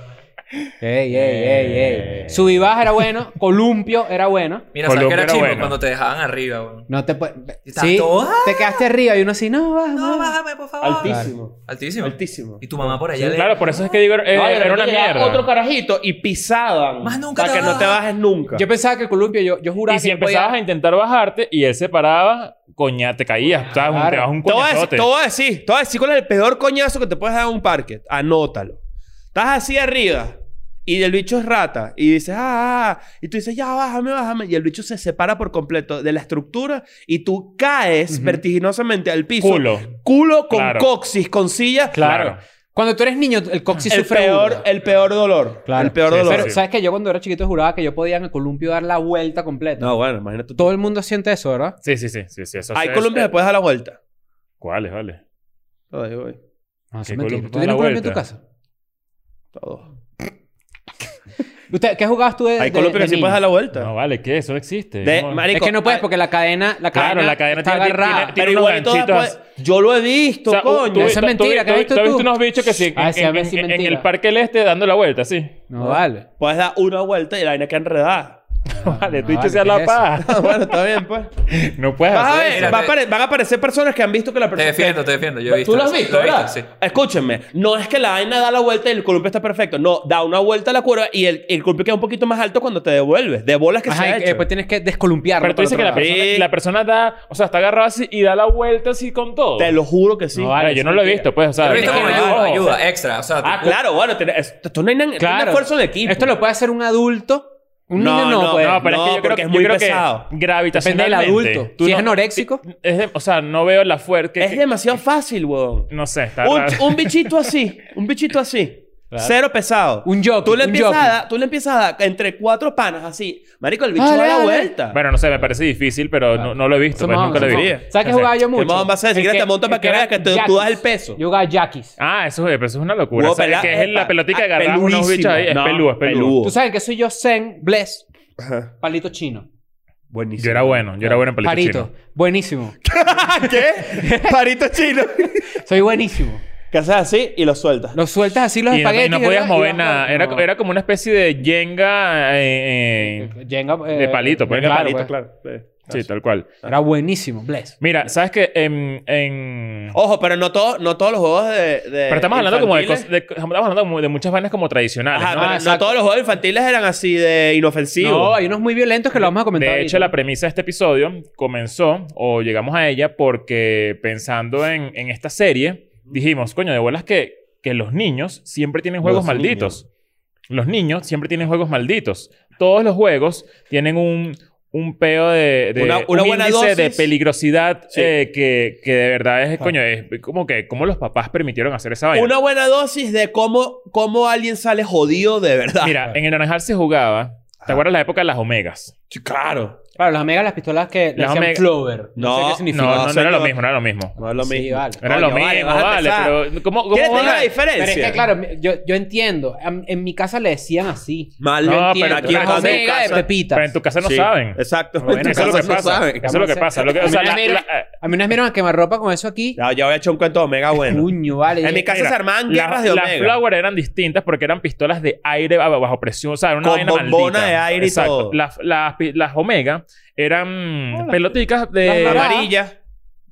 Ey, ey, ey, ey. Sub y baja era bueno. Columpio era bueno. Mira, ¿sabes Colombia que era era chimbo? buena. Cuando te dejaban arriba, weón. No te puedes... ¿Estás Sí, todo? te quedaste arriba y uno así, no, baja, No, baja. bájame, por favor. Altísimo. Altísimo. Altísimo. Y tu mamá por allá. Sí, le- Claro, por eso es que digo... eh, No, y de era una repente llegaba mierda. Otro carajito y pisaban. Más nunca Para te que no te bajas. bajes nunca. Yo pensaba que el columpio, yo, yo juraba Y si que yo podía- empezabas a intentar bajarte y él se paraba, coña, te caías. O sea, un- Claro. te vas un te voy, a decir, coñazote. te voy a decir, te voy a decir cuál es el peor coñazo que te puedes dar en un parque. Anótalo. Estás así arriba y el bicho es rata y dices, ah, ah, ah", y tú dices, ya, bájame, bájame. Y el bicho se separa por completo de la estructura y tú caes vertiginosamente al piso. Culo. Culo con Claro. coxis, con silla. Claro. Cuando tú eres niño, el coxis El sufre peor, burda. el peor dolor. Claro. El peor Sí, dolor. Pero, sí. ¿sabes que Yo cuando era chiquito juraba que yo podía en el columpio dar la vuelta completa. No, bueno, imagínate tú. Todo el mundo siente eso, ¿verdad? Sí, sí, sí. sí, sí eso Hay es- columpios que puedes dar la vuelta. ¿Cuáles, vale? Ay, ay, No, eso ¿Qué es mentira. ¿Tú columpio? Da la tienes columpio en tu vuelta. casa? Todo. ¿Usted, ¿Qué jugabas tú de, Hay de- columpios de que sí niño? puedes dar la vuelta. No, vale, ¿qué? Eso no existe. De- No. marico, Es que no puedes ah, porque la cadena, la cadena, Claro, la cadena está tiene- tiene- agarrada. tiene- Pero unos igual todas ganchitos. pueden- Yo lo he visto, O sea, coño. tú- Eso es tú- mentira, tú- ¿qué has tú- visto tú has tú? visto unos bichos que sí, Ah, sí, a en, mí en- sí, en- en mentira. el Parque del Este dando la vuelta, sí. No vale. Puedes dar una vuelta y la vaina queda enredada. vale, Ah, no tú dices vale, a ¿qué la es eso? paz. bueno, está bien, pues. No puedes Vas a hacer ver, Mira, va a te- apare- van a aparecer personas que han visto que la Te persona... defiendo, te defiendo. Yo he visto. Tú lo has eso. visto, Lo he visto, ¿verdad? Sí. Escúchenme, no es que la vaina da la vuelta y el columpio está perfecto. No, da una vuelta a la curva y el, el columpio queda un poquito más alto cuando te devuelves. De bolas que Ajá, se ha y que hecho. después tienes que descolumpiarlo. Pero tú para dices otro que la lado. persona, Sí. la persona da, o sea, está agarrada así y da la vuelta así con todo. Te lo juro que sí. Vale, yo no lo he visto, pues, o sea, Lo he visto no- como no- ayuda, ojo. ayuda extra. O sea, Ah, tú- claro, bueno. tiene- es- Esto no hay na- es un esfuerzo de equipo. Esto lo puede hacer un adulto. Un No, niño no, no, puede. No, pero No, es que yo creo porque que es es muy muy creo pesado. Que gravitacionalmente. Depende del adulto. tú Si es no- anoréxico. es de- o sea, no veo la fuerza. Es demasiado fácil, weón. No sé, está un, raro. un bichito así, un bichito así. Claro. Cero pesado. Un jockey, Tú le un empiezas, jockey. a dar, tú le empiezas a dar entre cuatro panas así. Marico, el bicho Dale, da la Ah, dale. vuelta. Bueno, no sé, me parece difícil, pero no, no lo he visto. Eso pues, más o nunca lo menos, he eso visto. más o menos. ¿Sabes qué No sé. jugaba yo mucho? vamos a hacer? Si El quieres te montas el para que veas que tú- tú jackies. das el peso. Yo jugaba jackies. Ah, eso, es- pero eso es una locura. Huevo O sea, pelado, que es en epa, la pelotita que ah, agarraban unos bichos peludísimo. ahí. Es No, peludo, es peludo. peludo. Tú sabes que soy yo Zen, Bless, Ajá. palito chino. Buenísimo. Yo era bueno, yo era bueno en pelotita Parito. Buenísimo. ¿Qué? Parito chino. Soy buenísimo. que haces así y lo sueltas. Los sueltas así los Y no, espaguetis. y no podías ¿verdad? Y mover vas- nada. Era, ah, no. era como una especie de Jenga. eh, eh, Jenga, eh, de palito, pues. claro, pues. Jenga palito, claro. Sí. sí, tal cual. Era buenísimo, Bless. Mira, ¿sabes qué? En, en- Ojo, pero no, todo, no todos los juegos de. de Pero estamos hablando como de, cosas, infantiles- de- estamos hablando como de muchas vainas como tradicionales. Ajá, ¿no? pero no exacto. todos los juegos infantiles eran así de inofensivos. No, hay unos muy violentos que lo vamos a comentar. uh. De hecho, ahorita. la premisa de este episodio comenzó o llegamos a ella porque pensando en, en esta serie, dijimos, coño, de bolas que, que los niños siempre tienen juegos Los malditos. Los niños siempre tienen juegos malditos. Todos los juegos tienen un, un peo de, de- Una- una un buena índice dosis. de peligrosidad Sí. eh, que, que de verdad es, Claro. coño, es como que cómo los papás permitieron hacer esa vaina. Una buena dosis de cómo, cómo alguien sale jodido de verdad. Mira, en el Naranjal se jugaba, ¿te acuerdas la época de las Omegas? Sí, claro. Claro, las omegas, las pistolas que le Las decían Omega- Clover. No, No, sé qué No, significa. no, no era señor. lo mismo, no era lo mismo. No es lo Sí, mismo. vale. Era Coño, lo mismo, vas a vale, empezar. pero ¿cómo, cómo ¿Quieres vas tener a- la diferencia? Pero es que, claro, yo, yo entiendo. En, en mi casa le decían así. Mal, No, yo pero entiendo. aquí Las en tu omegas casa- Pero en tu casa no Sí, saben. Exacto. Bueno, En tu eso es lo casa que no pasa. saben. Eso es lo que Vamos a pasa. Lo que, o hacer- Mira, sea, la- mira. la- eh, A mí unas vieron a quemarropa con eso aquí. Ya, ya voy a echar un cuento de omega bueno. Puño, vale. En mi casa se armaban la- guerras de las omega. Flower eran distintas porque eran pistolas de aire ba- bajo presión. O sea, era una Con vaina bombona maldita. de aire y Exacto. todo. Ah, Las, las, pi- las Omega eran Hola. peloticas Las de... doradas. Amarilla.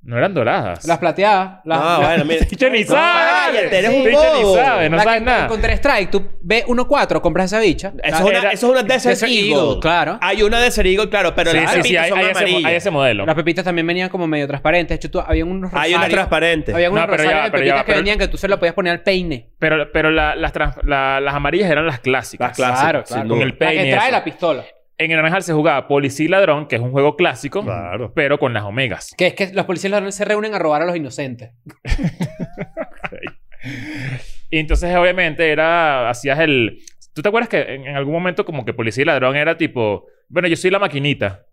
No eran doradas. Las plateadas. Las, No, las- bueno, mira. Piche ni sabe. Cállate, eres un Piche ni bobo. sabe, no la sabes que- nada. Con Strike, tú ves 1-4, compras esa bicha. Eso es, una, Era- eso es una Desert, Desert Eagle. Ah, Eagle, claro. Hay una Desert Eagle, claro, pero Sí, las sí, sí, pepitas hay, son hay ese, mo- amarillas. hay ese modelo. Las pepitas también venían como medio transparentes. De hecho, tú, había unos Ah, Hay una rosarios- transparente. Había unos No, pero ya rosarios va, de pero ya pepitas va, que pero- venían que tú se lo podías poner al peine. Pero, pero la- las, trans- la- las amarillas eran las clásicas. Las clásicas, Claro, Ah, sin claro. duda. Con el La que peine. trae eso. la pistola. En el Naranjal se jugaba Policía y Ladrón, que es un juego clásico, Claro. pero con las omegas. Que es que los policías ladrones se reúnen a robar a los inocentes. Y entonces, obviamente, era. Hacías el. ¿Tú te acuerdas que en, en algún momento, como que Policía y Ladrón era tipo. Bueno, yo soy la maquinita.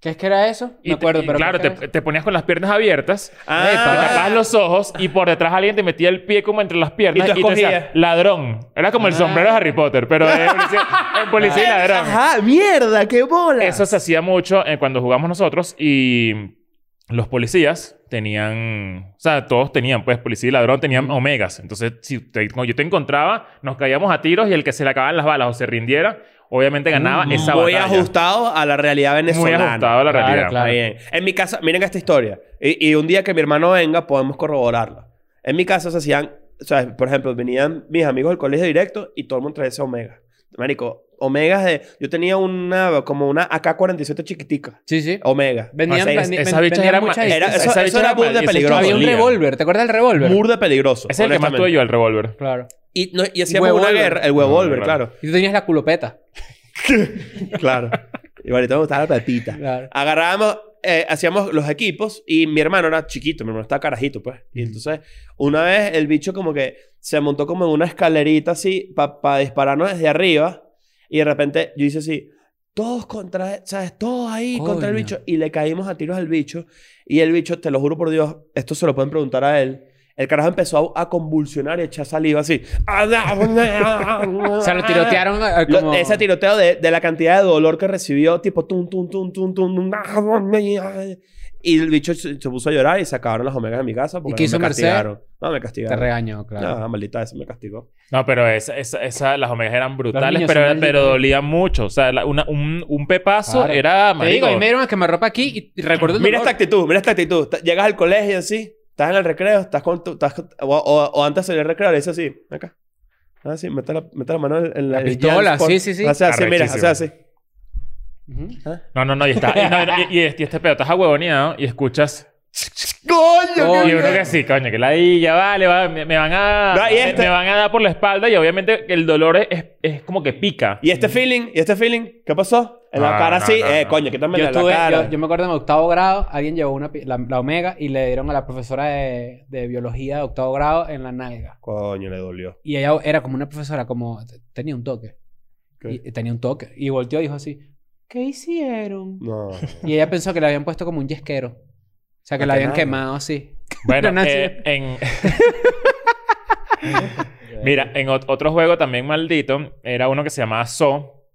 ¿Qué es que era eso? Y Me acuerdo, te, y pero. claro, ¿qué te, era eso? te ponías con las piernas abiertas, te Ah, tapabas los ojos y por detrás alguien te metía el pie como entre las piernas Y tú te decía, escogías. ladrón. Era como el Ah. sombrero de Harry Potter, pero en policía, en policía y ladrón. ajá, mierda, qué bola. Eso se hacía mucho eh, cuando jugamos nosotros y los policías tenían, o sea, todos tenían, pues, policía y ladrón tenían omegas. Entonces, si te- cuando yo te encontraba, nos caíamos a tiros y el que se le acababan las balas o se rindiera, obviamente ganaba esa muy batalla. ajustado a la realidad Muy venezolana. ajustado a la Claro, realidad. claro. Está bien. En mi casa, miren esta historia. Y, y un día que mi hermano venga, podemos corroborarla. En mi casa se hacían, o sea, por ejemplo, venían mis amigos del colegio directo y todo el mundo traía ese Omega. Marico, Omegas de. Yo tenía una, como una AK-47 chiquitica. Sí, sí. Omega. Vendían, O sea, es- vendi- esas ven- bichas vendían eran muchas ma- distintas. Era- esas- eso- esas eso bichas era eran burda mal- y esas peligroso. bichas Había un olían. revólver. ¿Te acuerdas del revólver? Murde peligroso. Ese es el que más honestamente. tuve yo, el revólver. Claro. Y, no- y hacíamos Huevo una Volver. guerra. El huevolver, Huevo claro. Y tú tenías la culopeta. Claro. Igualito me gustaba la patita. Claro. agarrábamos, eh, hacíamos los equipos y mi hermano era chiquito, mi hermano estaba carajito, pues. Y entonces, una vez el bicho como que se montó como en una escalerita así para dispararnos desde arriba y de repente yo hice así, todos contra, ¿sabes? Todos ahí contra el Coño. bicho y le caímos a tiros al bicho y el bicho, te lo juro por Dios, esto se lo pueden preguntar a él. El carajo empezó a, a convulsionar y a echar saliva así. O o sea, lo tirotearon eh, Ah, lo- como... ese tiroteo de, de la cantidad de dolor que recibió, tipo tum, tum, tum, tum, tum, tum, y el bicho se, se puso a llorar y se acabaron las omegas de mi casa porque qué hizo me Merced? castigaron. No, me Te castigaron. regañó, claro. No, maldita esa me castigó. No, pero esa, esa, esa- las omegas eran brutales, niños pero, son era- malditos. pero dolían mucho. O sea, la- una- un, un pepazo Claro. era... Te digo, marico, y me dieron a quemarropa aquí y y recuerdo el Mira dolor. esta actitud, mira esta actitud. Ta- Llegas al colegio así, estás en el recreo, estás con tu, estás- o, o- o antes del recreo, le dices así, acá. Así, mete la, mete la mano en en la, La pistola, por- sí, sí, sí. Hace así, mira, hace Arrechísimo. así. Ujú. No, no, no. Y, está, y, no, y- y este, y este pedo, estás huevoneado y escuchas... Oh, Coño. Y yo creo que sí, coño, que ladilla, vale, va, me, me van a, No, y me- este- me van a dar por la espalda y obviamente el dolor es, es, es como que pica. ¿Y este feeling? ¿Y este feeling? ¿Qué pasó? En la No, cara no, así, no, eh, no. coño, quítame Yo, la estuve- cara. yo, yo me acuerdo en octavo grado, alguien llevó una, pi- la, la omega y le dieron a la profesora de, de biología de octavo grado en la nalga. Coño, le dolió. Y ella era como una profesora, como t- tenía un toque. ¿Qué? Y, y tenía un toque. Y volteó y dijo así, ¿qué hicieron? No. Y ella pensó que le habían puesto como un yesquero. O sea, que Ah, la habían caramba. quemado así. Bueno, No, no, eh, en... Mira, en ot- otro juego también maldito era uno que se llamaba So,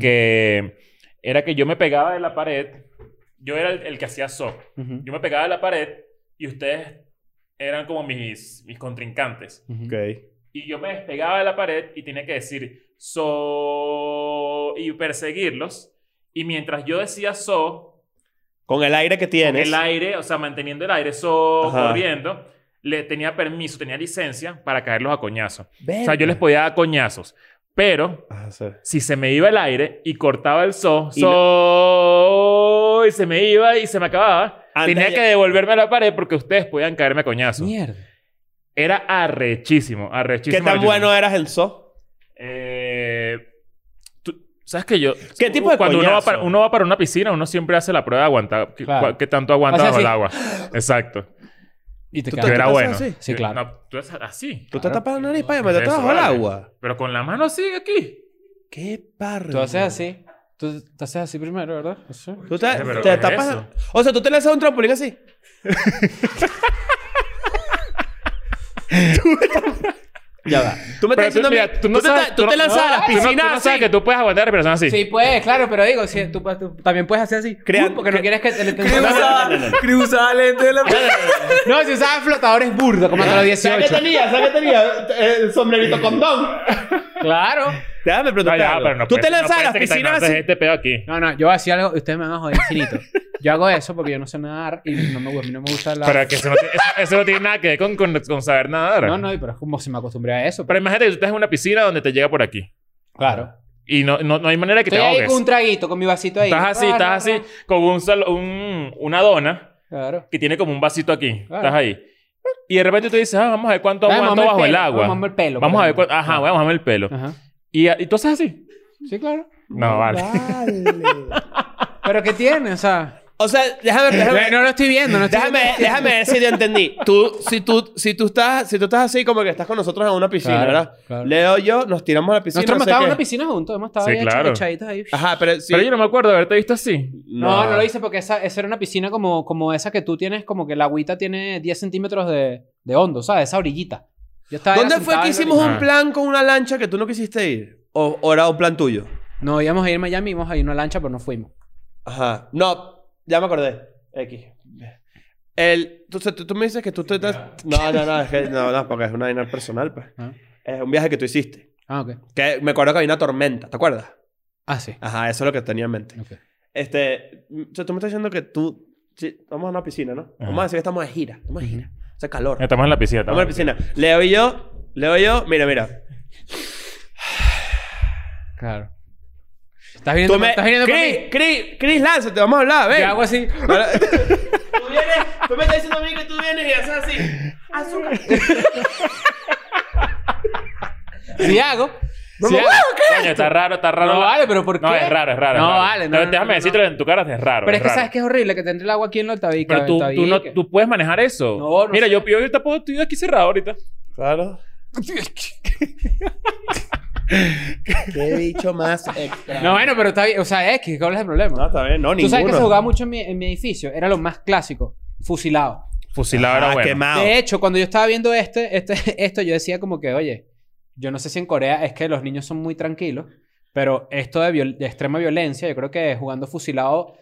que era que yo me pegaba de la pared, yo era el, el que hacía So, Ujú, yo me pegaba de la pared y ustedes eran como mis, mis contrincantes. ujú. ok. Y yo me despegaba de la pared y tenía que decir so y perseguirlos. Y mientras yo decía so, Con el aire que con tienes. el aire, o sea, manteniendo el aire, so, Ajá. corriendo, le tenía permiso, tenía licencia para caerlos a coñazos. O sea, yo les podía dar coñazos. Pero Ah, sí. si se me iba el aire y cortaba el so, Y so, y se me iba y se me acababa, Antes tenía ya- que devolverme a la pared porque ustedes podían caerme a coñazos. Mierda. Era arrechísimo, arrechísimo. ¿Qué tan arrechísimo. bueno eras en so? Eh, tú- ¿Sabes que yo? ¿Qué tipo de Cuando uno va, coñazo? para, uno va para una piscina, uno siempre hace la prueba de aguantar. ¿Qué, Claro. cua- qué tanto aguanta Hace bajo el así. agua? Exacto. Y te Tú Yo te- cagaste. era pasas bueno. así? Sí, Yo- claro. no, tú eres así. Tú Claro. te tapas la nariz para meterte Eso, bajo el vale. agua. Pero con la mano así, aquí. Qué parro. Tú haces así. Tú tú haces así primero, ¿verdad? Así. Tú te, Pero, te ¿qué es tapas. eso? O sea, tú te lanzas un trampolín así. Tú me tapas- ya va. Tú me Pero estás diciendo a mí- mira, te ta- tú te lanzas a la tú no- piscina tú no sabes así. que tú puedes aguantar la respiración así. Sí, pues, claro, pero digo, si tú, tú también puedes hacer así. Crean- Uh, porque no cre- quieres que te le Cruz usaba- Cruz usaba lente de la... No, si usaban flotadores burda, como hasta los ¿Sabes 18. qué tenía? ¿Sabes qué tenía? Eh, El sombrerito condón. Claro. Déjame No, preguntar. ya, pero no tú te puedes- no lanzas a puedes las que te piscinas lances así. este pedo aquí. No, no, yo voy a decir algo y ustedes me van a joder infinito. Yo hago eso porque yo no sé nadar y no me, a mí no me gusta la... Pero que eso no, tiene- eso- eso no tiene nada que ver con, con, con saber nadar. No, no, pero es como si me acostumbré a eso. Pero imagínate que tú estás en una piscina donde te llega por aquí. claro. Y no, no, no hay manera que Estoy te ahí ahogues. con un traguito, con mi vasito ahí. Estás así, Ra, ra, estás así, ra. con un, sal- un- una dona Claro. que tiene como un vasito aquí. Claro. Estás ahí. Y de repente tú dices, ah, vamos a ver cuánto Dame, aguanto mame el bajo el pelo, agua. mame el pelo, Vamos por a ver ejemplo. cuánto. Ajá, vamos a ver el pelo. Ajá. Y, y tú haces así. Sí, claro. No, vale. Pero ¿qué tiene? O sea... O sea, déjame, déjame. No lo estoy viendo, no estoy Déjame, déjame ver si te entendí. Tú, si tú, si tú estás, si tú estás así como que estás con nosotros en una piscina, Claro, ¿verdad? claro. Leo y yo nos tiramos a la piscina. Nosotros no hemos sé estado en qué. una piscina juntos, hemos estado Sí, ahí echa- claro. echaditos ahí. Ajá, pero sí. Pero yo no me acuerdo de haberte visto así. No, no lo hice porque esa, esa era una piscina como, como esa que tú tienes, como que la agüita tiene 10 centímetros de, de hondo, ¿sabes? Esa orillita. Yo estaba ¿Dónde ya fue sentado que en la hicimos orilla. un plan con una lancha que tú no quisiste ir? ¿O, o era un plan tuyo? orilla. No, íbamos a ir a Miami, íbamos a ir a una lancha, pero no fuimos. Ajá. No, ya me acordé. X. El, tú, tú, tú me dices que tú te... No, no, no, es que, no, no, porque es una vaina personal, pues. Ah. Es un viaje que tú hiciste. Ah, ok. Que me acuerdo que había una tormenta, ¿te acuerdas? Ah, sí. Ajá, eso es lo que tenía en mente. Ok. Este, mm, o sea, tú me estás diciendo que tú... sí, vamos a una piscina, ¿no? Vamos a decir que estamos de gira. Estamos de gira. Hace calor. Estamos en la piscina. Vamos a la piscina. Leo y yo, Leo y yo, mira, mira. Claro. Estás viniendo, Tú me... estás viniendo para Chris, mí. Chris, Chris, lánzate, vamos a hablar, ven. Yo hago así. Ahora- tú vienes, tú me estás diciendo a mí que tú vienes y haces así. Azúcar. Sí hago. Sí hago. Coño, está raro, está raro. No vale, pero ¿por qué? No, es raro, es raro. es No raro. vale, no, Pero no, déjame no, no. decirte en tu cara, es raro. Pero es que raro. sabes que es horrible que te entre el agua aquí en la tabica. Pero tú, tú, no, tú puedes manejar eso. No, no Mira, sé. yo, yo ahorita puedo, estoy aquí cerrado ahorita. Claro. Qué bicho más extra. No, bueno, pero está bien. O sea, X, ¿cuál es el problema? No, está bien, no, ninguno. Tú sabes que se jugaba mucho en mi, en mi edificio. Era lo más clásico. Fusilado. Fusilado era Ah, bueno. quemado. De hecho, cuando yo estaba viendo este, este, esto, yo decía como que, oye, yo no sé si en Corea es que los niños son muy tranquilos, pero esto de, viol- de extrema violencia, yo creo que jugando fusilado,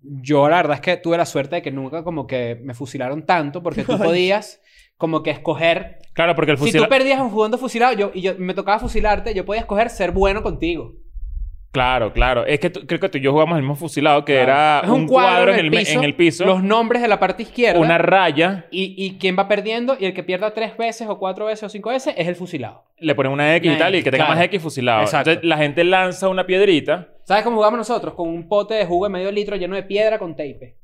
yo la verdad es que tuve la suerte de que nunca como que me fusilaron tanto, porque tú podías como que escoger Claro, porque el si tú fusilado... perdías jugando fusilado yo, y yo, me tocaba fusilarte, yo podía escoger ser bueno contigo. Claro, claro. Es que tú- creo que tú y yo jugamos el mismo fusilado que Claro. era Es un cuadro, en, el me- piso, en el piso, Los nombres de la parte izquierda. una raya, y, y quién va perdiendo. Y el que pierda tres veces o cuatro veces o cinco veces es el fusilado. le ponen una X y Una tal, y el X, que tenga claro. más X fusilado. Exacto. Entonces la gente lanza una piedrita. ¿Sabes cómo jugamos nosotros? Con un pote de jugo de medio litro lleno de piedra con tape.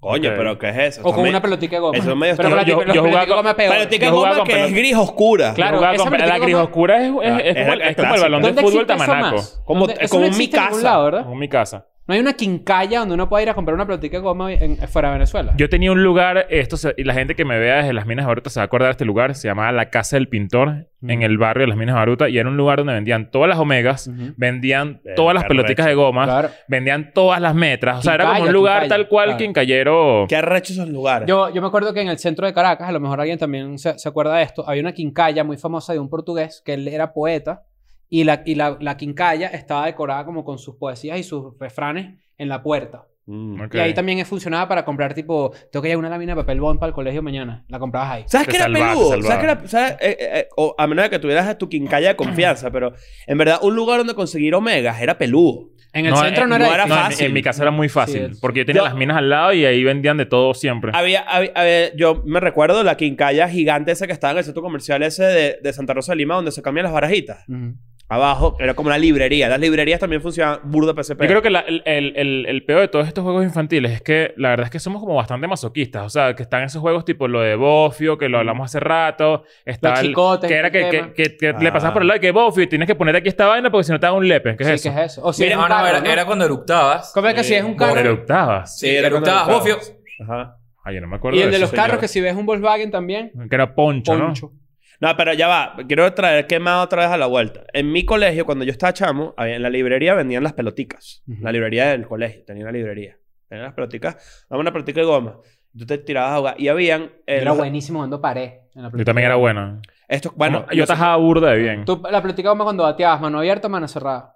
Coño, Ok. pero ¿qué es eso? O con También- una pelotica de goma. Eso es medio Pero extraño. la Yo- tipe- los yo pelotica jugaba de con- goma es peor. Pelotica Yo de jugaba goma con que pelota. es gris oscura. Claro, Yo jugaba esa con- pelota la que gris toma- oscura es, es- es Claro, como, es la es como el balón clásica. de ¿Dónde fútbol existe eso tamanaco. más? Como- ¿Dónde- es eso como no un mi existe en ningún casa. lado, ¿verdad? Como mi casa. No hay una quincalla donde uno pueda ir a comprar una pelotica de goma en- eh, fuera de Venezuela. Yo tenía un lugar, esto se- y la gente que me vea desde las Minas de Baruta se va a acordar de este lugar, se llamaba La Casa del Pintor, Mm. en el barrio de las Minas de Baruta, y era un lugar donde vendían todas las omegas, Ujú. vendían todas las qué peloticas arrecho. de goma, Claro. vendían todas las metras, o sea, era como Quincalla, un lugar quincalla, tal cual claro. quincallero. Qué arrecho esos Pues. lugares. Yo, yo me acuerdo que en el centro de Caracas, a lo mejor alguien también se, se acuerda de esto, había una quincalla muy famosa de un portugués que él era poeta y la, y la, la quincalla estaba decorada como con sus poesías y sus refranes en la puerta. Mm. Ok. Y ahí también funcionaba para comprar tipo, tengo que llevar una lámina de papel bond para el colegio mañana, la comprabas ahí. ¿Sabes Te qué era salvaba, te peludo? ¿Sabes salvaba. qué era? sabes, eh, eh, eh, o a menos de que tuvieras tu quincalla de confianza, pero en verdad un lugar donde conseguir omegas era peludo. En el centro eh, no era, no era difícil. en- fácil. En, mi casa era muy fácil, Sí, es. Ah, porque yo tenía Yo- las minas al lado y ahí vendían de todo siempre. Había, había- había- yo me recuerdo la quincalla gigante esa que estaba en el centro comercial ese de, de Santa Rosa de Lima donde se cambian las barajitas. Ujú. Abajo era como una librería. Las librerías también funcionaban burda PSP. Yo creo que la- el, el, el- el peor de todos estos juegos infantiles es que la verdad es que somos como bastante masoquistas. O sea, que están esos juegos tipo lo de Bofio, que lo hablamos hace rato. Está Los el- chicotes, Que era que, el que, Mm. este tema. que- que le pasabas Ah. por el lado de que Bofio y tienes que poner aquí esta vaina porque si no te da un lepe. ¿Qué es Sí, eso? ¿qué es eso? O si Mira, es un No, no, carro, era, ¿no? era cuando eructabas. ¿Cómo es que si es un No, carro? eructabas. Sí, eructabas, cuando bofio. Ajá. Ay, yo no me acuerdo Y el de de los eso, carros, señor. que si ves un Volkswagen también, Que era poncho, ¿no? poncho. No, pero ya va. Quiero traer quemado otra vez a la vuelta. En mi colegio, cuando yo estaba chamo, había- en la librería vendían las peloticas. Ujú. La librería del colegio. Tenía una librería. Tenían las peloticas. Dame una pelotica de goma. Tú te tirabas a jugar. Y habían... eh, Yo era los- buenísimo dando pared. en la Yo también era bueno. Estos, bueno, yo tajaba burda de bien. Tú la platicabas más cuando bateabas, mano abierta o mano cerrada.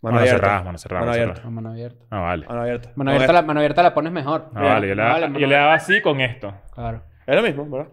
Mano abierta. cerrada, mano cerrada, Mano mano abierta. cerrada. No, mano abierta. Ah, vale. Mano abierta. Mano No, abierta, es- la, mano abierta la pones mejor. Ah, vale. Yo le, daba, Vale, mano yo le daba así con esto. Claro. Es lo mismo, ¿verdad?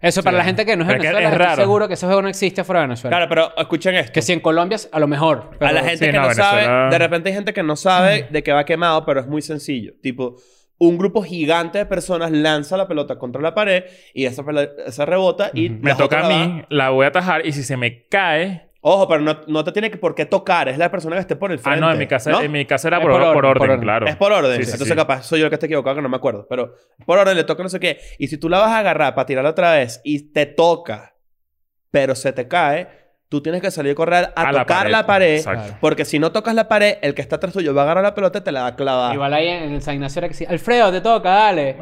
Eso para la gente que no es de Pero que Venezuela, es estoy raro. seguro que ese juego no existe fuera de Venezuela. Claro, pero escuchen esto. Que si en Colombia, a lo mejor. pero- a la gente sí, que no, no, sabe, Venezuela- de repente hay gente que no sabe de que va quemado, pero es muy sencillo. Tipo, un grupo gigante de personas lanza la pelota contra la pared y esa, pela- esa rebota y... Ujú. Me la toca a otra la mí, da. la voy a atajar y si se me cae. Ojo, pero no, no te tiene que por qué tocar. Es la persona que esté por el Ah, frente. no, en mi casa, ¿no? en mi casa era Es por, por or- orden, por orden, por orden. claro. Es por orden. Sí, sí, Entonces, sí. capaz soy yo el que está equivocado, que no me acuerdo. Pero por orden le toca no sé qué. Y si tú la vas a agarrar para tirarla otra vez y te toca, pero se te cae, tú tienes que salir a correr a, tocar la pared. Exacto. Claro. Porque si no tocas la pared, el que está atrás tuyo va a agarrar la pelota y te la va a clavar. Igual ahí en el San Ignacio era que sí. Alfredo, te toca, dale.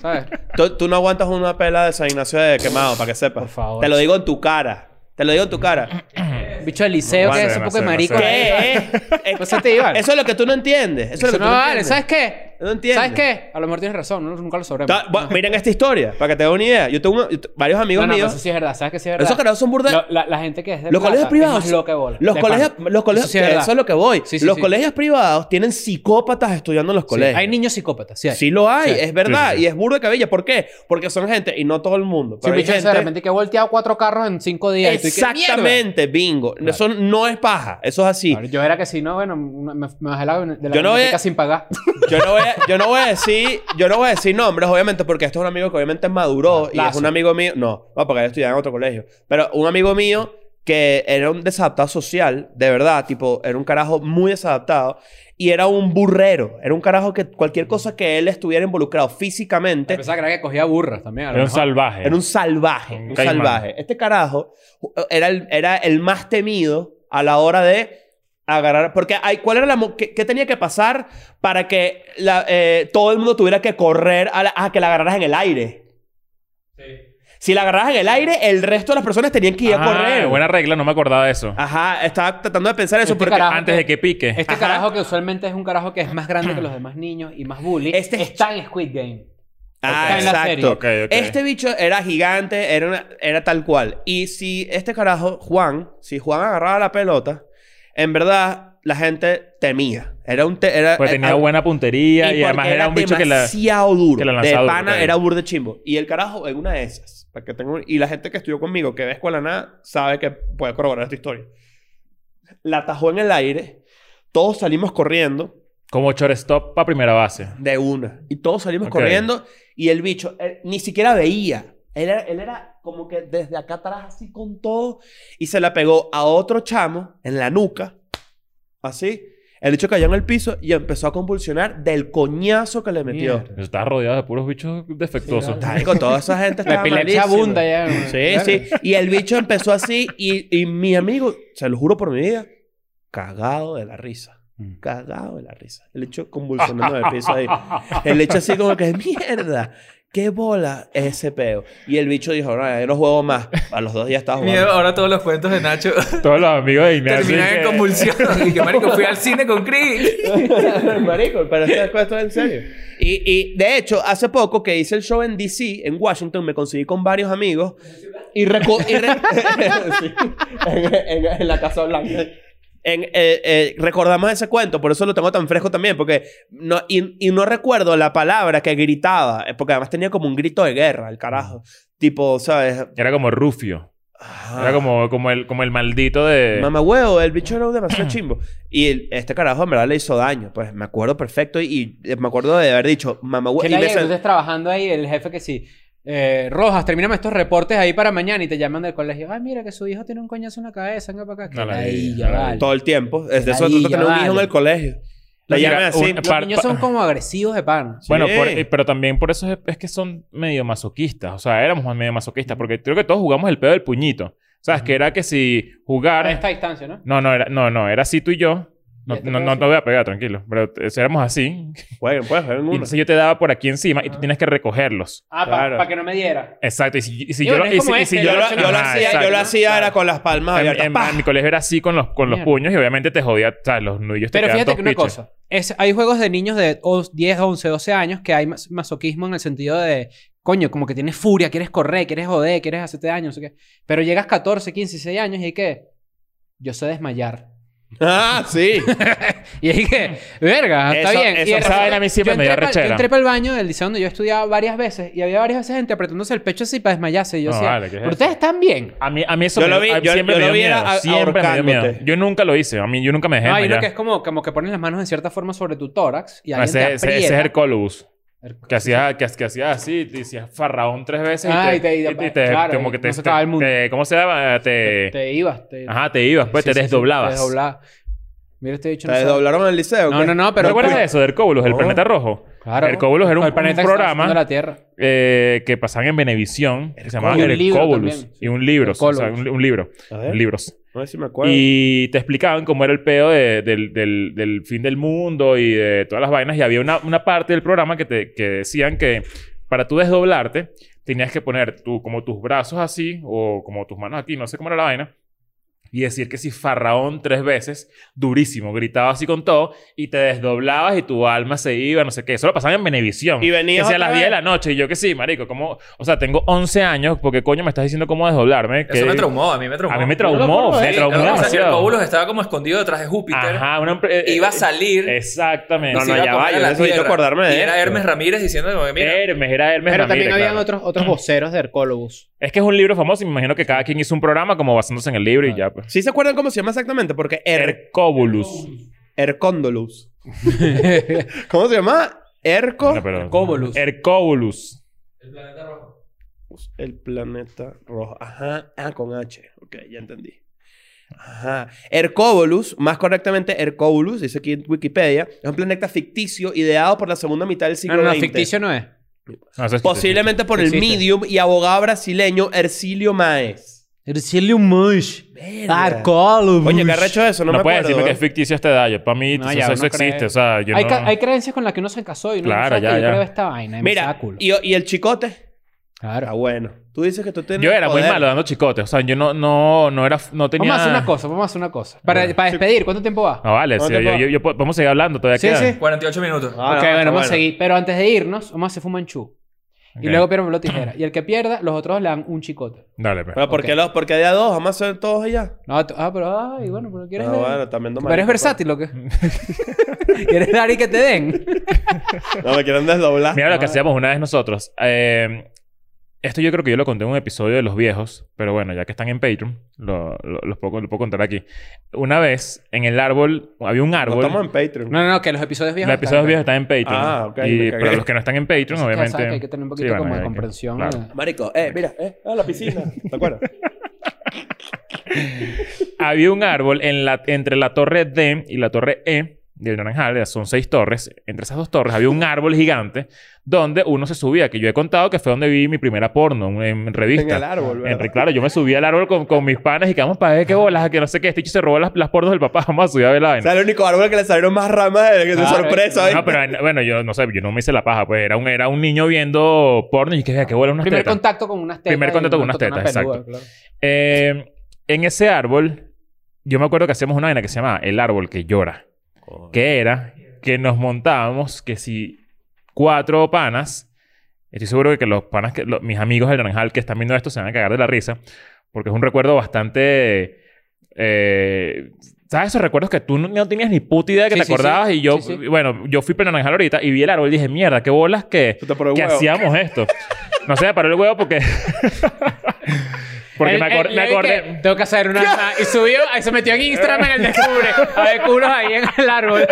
¿Sabes? Tú, tú no aguantas una pela de San Ignacio de quemado, para que sepas. Por favor. Te lo digo en tu cara. Te lo digo en tu cara. Bicho del liceo, No que sé, es un no poco sé, de no marico. sé. ¿Qué? Pues eso te iba. Eh, Eso es lo que tú no entiendes. Eso es Eso lo que no tú no vale. entiendes. ¿Sabes qué? No entiendes. ¿Sabes qué? A lo mejor tienes razón. no- Nunca lo sabremos. Ta- bu- No. Miren esta historia, para que te dé una idea. Yo tengo uno- yo t- varios amigos No, no, pero míos. eso sí es verdad. ¿Sabes qué sí es verdad? Esos carajos son burda. Lo- la, la gente que es de los plata colegios privados. Es más loca de bola. Los De colegios, pana. los colegios, Eso sí eso, es verdad. es lo que voy. Sí, sí, los sí. colegios privados tienen psicópatas estudiando en los Sí, colegios. Hay niños psicópatas. Sí, hay. Sí lo hay, Sí. es Sí, verdad. sí, sí. Y es burda de cabella. ¿Por qué? Porque son gente, y no todo el mundo. Sí, Pero hay bicho, gente... de repente que he volteado cuatro carros en cinco días. y tú y que, Exactamente, bingo. Claro. Eso no es paja, eso es así. "Mierda". Yo era que si no, bueno, me, me bajé la, de la Yo no voy a- biblioteca sin pagar. Yo no, voy a, yo no voy a decir, yo no voy a decir nombres, obviamente, porque esto es un amigo que obviamente maduró y es Lazo. un amigo mío. No, no, porque él estudiaba en otro colegio. Pero un amigo mío que era un desadaptado social, de verdad, tipo, era un carajo muy desadaptado y era un burrero. Era un carajo que cualquier cosa que él estuviera involucrado físicamente Pensaba que era que cogía burras también. a lo Era un mejor. salvaje. era un salvaje, Un un, caimán. salvaje. Este carajo era el, era el más temido a la hora de agarrar. Porque hay, ¿cuál era la mo- qué, qué tenía que pasar para que la- eh, todo el mundo tuviera que correr a, la- a que la agarraras en el aire? Si la agarraras en el aire, el resto de las personas tenían que ir a Ah, correr. Ah, Buena regla, no me acordaba de eso. Ajá, estaba tratando de pensar eso Este porque carajo Antes de que pique. Este Ajá. carajo que usualmente es un carajo que es más grande que los demás niños y más bully. Este- está en Squid Game. Ah, Está en la serie. exacto. Ok, ok. Este bicho era gigante, era, una- era tal cual. Y si este carajo, Juan, si Juan agarraba la pelota, en verdad la gente temía. Era un... te- era, Porque eh, tenía ah, buena puntería y, porque además era un bicho que la... demasiado duro. que la de lanzaba duro, pana ok. era burde chimbo. Y el carajo en una de esas. Para que tengo, y la gente que estudió conmigo, que ve Escuela Nada, sabe que puede corroborar esta historia. La atajó en el aire. Todos salimos corriendo. Como shortstop para primera base. De una. Y todos salimos Ok. corriendo y el bicho él ni siquiera veía. Él era, él era como que desde acá atrás así con todo y se la pegó a otro chamo en la nuca. Así. El bicho cayó en el piso y empezó a convulsionar del coñazo que le metió. Mierda. Estaba rodeado de puros bichos defectuosos. Sí, Marico, toda esa gente La estaba epilepsia malísima. abunda ya. güey. Sí, sí. Y el bicho empezó así y, y mi amigo, se lo juro por mi vida, cagado de la risa. Cagado de la risa. El bicho convulsionando en el piso ahí. El hecho así como que, mierda, qué bola es ese peo. Y el bicho dijo, no, yo no juego más. A los dos días estaba Miedo, jugando. ahora todos los cuentos de Nacho Todos los amigos de Ignacio. terminan en que- convulsión. Y que, marico, fui al cine con Chris. Marico, pero esto, esto es en serio. Y, y, de hecho, hace poco que hice el show en DC, en Washington, me conseguí con varios amigos. Y, reco- y re- Sí, en, en- en la Casa Blanca. En- eh, eh, recordamos ese cuento, por eso lo tengo tan fresco también, porque no, y, y no recuerdo la palabra que gritaba, eh, porque además tenía como un grito de guerra, el carajo. Tipo, ¿sabes? Era como Rufio. Ah. Era como, como, el, como el maldito de... Mamá huevo, el bicho era un demasiado chimbo. Y el- este carajo en verdad le hizo daño. Pues me acuerdo perfecto y, y me acuerdo de haber dicho, mamá huevo. Que Y la me llega, tú sen- estés trabajando ahí, el jefe que sí. eh, Rojas, termíname estos reportes ahí para mañana y te llaman del colegio. Ay, mira que su hijo tiene un coñazo en la cabeza, venga para acá. No, Que la ahí, vida, ya no, la vale. vida. todo el tiempo. Es de eso Ahí, trato de tener un ya hijo en vale. el colegio. Le Mira, llaman así. un- Los par- niños pa- son como agresivos de pan. Bueno, Sí. por- eh, pero también por eso es, es que son medio masoquistas. O sea, éramos más medio masoquistas. Porque creo que todos jugamos el pedo del puñito. O sea, es que era que si jugar... A esta distancia, ¿no? No, no, era, no, no. Era así tú y yo. No, Ya te no, puedo no decir. te voy a pegar, tranquilo. Pero eh, si éramos así... Jueguen, pues, jueguen y uno. entonces yo te daba por aquí encima y tú Ajá. tienes que recogerlos. Ah, Claro. para que no me diera. Exacto. Y si, y si Y yo bueno, lo- es y si- como y si este, yo yo, yo lo- lo, yo lo Ajá, hacía, yo exacto. lo hacía era con las palmas En, abiertas. en- ¡Pah! en mi colegio era así con los, con los Mierda. puños y obviamente te jodía, ¿sabes? Los nudillos te Pero quedan fíjate todos que una pichos. cosa. Es, hay juegos de niños de o- 10, 11, 12 años que hay mas- masoquismo en el sentido de... Coño, como que tienes furia, quieres correr, quieres joder, quieres hacerte daño, no sé qué. Pero llegas 14, 15, 16 años y hay que... Yo sé desmayar. Ah, sí. Y ahí que, verga, está Eso- bien. eso- y de esa repente- vaina a mí siempre yo me dio entré pa'l- arrechera. Yo entré para el baño del liceo donde yo estudiaba varias veces y había varias veces gente apretándose el pecho así para desmayarse. Y yo No, decía, vale, ¿qué es pero eso? ustedes están bien. A mí, a mí eso Yo me- lo vi- a- yo- siempre yo me lo dio vi miedo. a- Siempre me dio miedo. ahorcándote. Yo nunca lo hice. A mí, yo nunca me dejé No, hay uno desmayar. que es como, como que pones las manos en cierta forma sobre tu tórax y No, alguien ese, te ese- ese es aprieta. Er, Hercolobus. Que hacía, que, que hacía así, te decías farraón tres veces Ah, y te, y te- y- y te- claro, como que no te, se acaba el mundo. te- ¿cómo se llama? Te, Te ibas. Te, ajá, te ibas, pues sí, te sí, sí, Te desdoblabas. desdoblabas. Mira, este dicho ¿Te desdoblaron en el liceo? No, no, no, ¿Te pero. pues- acuerdas de eso, de Hercóbulos, el No. planeta rojo? Claro. Hercóbulos era un, El planeta un está programa haciendo la Tierra. eh, que pasaban en Venevisión, que se llamaba Y un libro Hercóbulos. también. Y un libro, o sea, Hercóbulos. un, un libro, A ver, libros. a ver si me acuerdo. Y te explicaban cómo era el pedo de- del, del- del fin del mundo y de todas las vainas. Y había una, una parte del programa que, te, que decían que para tú desdoblarte tenías que poner tu, como tus brazos así o como tus manos aquí, no sé cómo era la vaina. Y decir que si farraón tres veces, durísimo, gritaba así con todo, y te desdoblabas y tu alma se iba, no sé qué. Eso lo pasaban en Venevisión. Y venías Que sea a otra las 10 de vez. la noche. Y yo que sí, marico, como... O sea, tengo 11 años, porque coño me estás diciendo cómo desdoblarme? Eso Que- me traumó, a mí me traumó. A mí me Yo me traumó, acuerdo de me eso. traumó. Sí, o sea, si el demasiado. Paulus estaba como escondido detrás de Júpiter. Ajá, una empre- eh, Iba a eh, eh, salir. Exactamente. No, se no, Pues iba a ya comer va, a yo la necesito tierra. acordarme de Y era esto. Hermes Ramírez diciendo, como que, mira, Hermes, era Hermes Pero también Ramírez, habían claro. otros, otros voceros de Hercólogos. Es que es un libro famoso y me imagino que cada quien hizo un programa como basándose en el libro Ah. y ya, pues. ¿Sí se acuerdan cómo se llama exactamente? Porque er, Hercóbulus. Ercóndolus. ¿Cómo se llama? Erco. No, pero- Hercóbulus. Hercóbulus. El planeta rojo. Ajá. Ah, con H. Ok, ya entendí. Ajá. Hercóbolus, más correctamente Hercóbolus, dice aquí en Wikipedia, es un planeta ficticio ideado por la segunda mitad del No, siglo no, no, XX. ficticio no es. No, eso es Posiblemente por el Existe. medium y abogado brasileño Ercilio Maes. Ercilio Mush. Verga. Hercólogos. Oye, ¿qué arrecho eso? No, No, me puedes acuerdo. decirme que ¿eh? es ficticio a esta edad. Yo- Para mí, No, eso, ya, eso no creo. existe. O sea, yo hay, no... ca- hay creencias con las que uno se casó y uno Claro, no sabe que ya, ya. yo creo esta vaina. y me Mira, saca culo. y, y el chicote. Está Em, claro. bueno. Tú dices que tú tienes. Yo era muy poder. malo dando chicotes. O sea, yo no, no, no era... No tenía... Vamos a hacer una cosa, vamos a hacer una cosa. Para, Bueno. para despedir, ¿cuánto tiempo va? No, vale. No sí, te yo, puedo- yo- yo- podemos seguir hablando. Todavía Sí, queda. sí. 48 minutos. Ah, ok, no, está bueno, vamos a bueno. seguir. Pero antes de irnos, vamos a hacer Fuman Chu. Ok. Y luego piedra, papel o tijera. Y el que pierda, los otros le dan un chicote. Dale, pues. Pero ¿por Ok. qué los? Porque de a dos, vamos a hacer todos allá. No, tú- ah, pero ay, bueno, pero quieres. Ah, dar- bueno, también pues. no pero es versátil lo que. ¿Quieres dar y que te den? No me quieren desdoblar. Mira lo que hacíamos una vez nosotros. Eh, esto yo creo que yo lo conté en un episodio de Los Viejos, pero bueno, ya que están en Patreon, lo, lo- los puedo, lo puedo contar aquí. Una vez en el árbol, había un No árbol. estamos en Patreon. No, no, no, que los episodios viejos. los episodios viejos están- están en Patreon. Ah, ok, Y me cagué. para los que no están en Patreon, Entonces, ya obviamente. sabes que hay que tener un poquito Sí, bueno, como de hay que- comprensión. claro. eh. Marico, eh, mira, eh, a la piscina. ¿Te acuerdas? Había un árbol en la, entre la torre D y la torre E del Naranjal, ya son seis torres. Entre esas dos torres había un árbol gigante donde uno se subía, que yo he contado que fue donde vi mi primera porno, en, en revista. En el árbol, ¿verdad? Entre- claro, yo me subí al árbol con, con mis panas y quedamos para ver qué bolas, que no sé qué. Este chico se robó las, las pornos del papá, vamos a subir a ver la O vaina. sea, el único árbol que le salieron más ramas de, de Ah, sorpresa. ¿eh? No, pero eh, bueno, yo no sé, yo no me hice la paja, pues era un, era un niño viendo porno y que vea qué bolas unas Primer tetas. contacto con unas tetas. Primer y contacto con unas una tetas, peluda, exacto. claro. Eh, en ese árbol, yo me acuerdo que hacíamos una vaina que se llamaba El árbol que llora. Que era que nos montábamos que si cuatro panas, estoy seguro de que los panas, que, los- mis amigos del Naranjal que están viendo esto se van a cagar de la risa, porque es un recuerdo bastante. eh, ¿Sabes esos recuerdos que tú no, no tenías ni puta idea que Sí, te sí, acordabas? sí. Y yo, Sí, sí. bueno, yo fui para el Naranjal ahorita y vi el árbol y dije, mierda, qué bolas que, Tú te pones que huevo. hacíamos esto. No sé, me paró el huevo porque. porque me, Él- acor- él- me él acordé. que Tengo que hacer una. ah, Y subió, ahí se metió en Instagram en el descubre. A ver culos ahí en el árbol.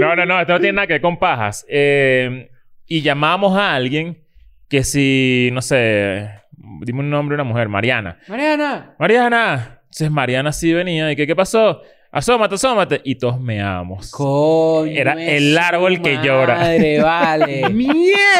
No, no, no, esto no tiene nada que ver con pajas. Eh, y llamamos a alguien que si, no sé, dime un nombre de una mujer, Mariana. Mariana. Mariana. Entonces Mariana sí venía y que, ¿qué pasó? Asómate, asómate. Y todos meamos. Coño. Era es el su árbol que llora. Madre, vale. ¡Mierda!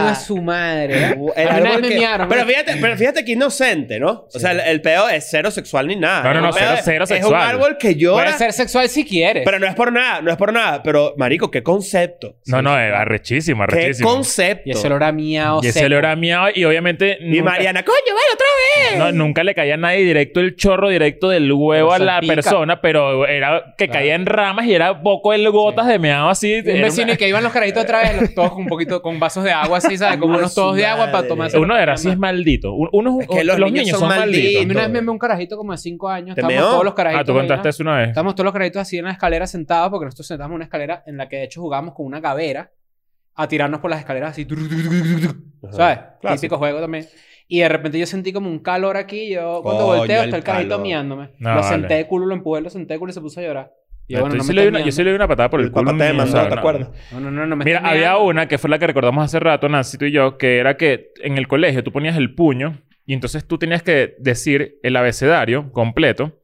Coño es su madre. El A mí una árbol vez me que- miaron, pero, ¿no? fíjate, pero fíjate que inocente, ¿no? O sea, el, el peo es cero sexual ni nada. No, no, El no, peo cero- es- cero Es un sexual. árbol que llora. Puede ser sexual si quieres. Pero no es por nada, no es por nada. Pero, marico, qué concepto. No, no, era arrechísimo, Qué arrechísimo. concepto. Y ese olor a miau Y ese olor a miado y obviamente... Y nunca- Mariana, coño, vale, otra vez. No, nunca le caía a nadie directo el chorro directo del huevo Pero a la salpica. persona, pero era que Claro. caía en ramas y era poco el gotas Sí. de meado así. Y un Era vecino una- y que iban los carajitos otra vez, los- todos con un poquito, con vasos de agua así, ¿sabes? Como Uno unos es su todos de agua para madre. tomarse. Uno era así, es maldito. Un- Uno, Es que los niños son A mí malditos. una vez me envió un carajito como de 5 años. ¿Te Estábamos meó? todos los carajitos. Ah, tú ahí, ¿no? contaste eso una vez. Estábamos todos los carajitos así en la escalera sentados porque nosotros sentamos en una escalera en la que de hecho jugábamos con una gavera a tirarnos por las escaleras así. tru, tru, tru, tru, tru, tru, Ajá. ¿Sabes? Clásico. Típico juego también. Y de repente yo sentí como un calor aquí. y Yo cuando Coño, volteo el está el carajito calor. miándome. No, lo vale. senté de culo, lo empujé, lo senté de culo y se puso a llorar. Y yo, Yo, bueno, no sí me le di estás una, yo miando. sí le di una patada por el, El culo. a papá un te niño, o demandó, sea, ¿te no. acuerdas? No, no, no, no me Mira, estás había meando. una que fue la que recordamos hace rato, Nancy, tú y yo, que era que en el colegio tú ponías el puño y entonces tú tenías que decir el abecedario completo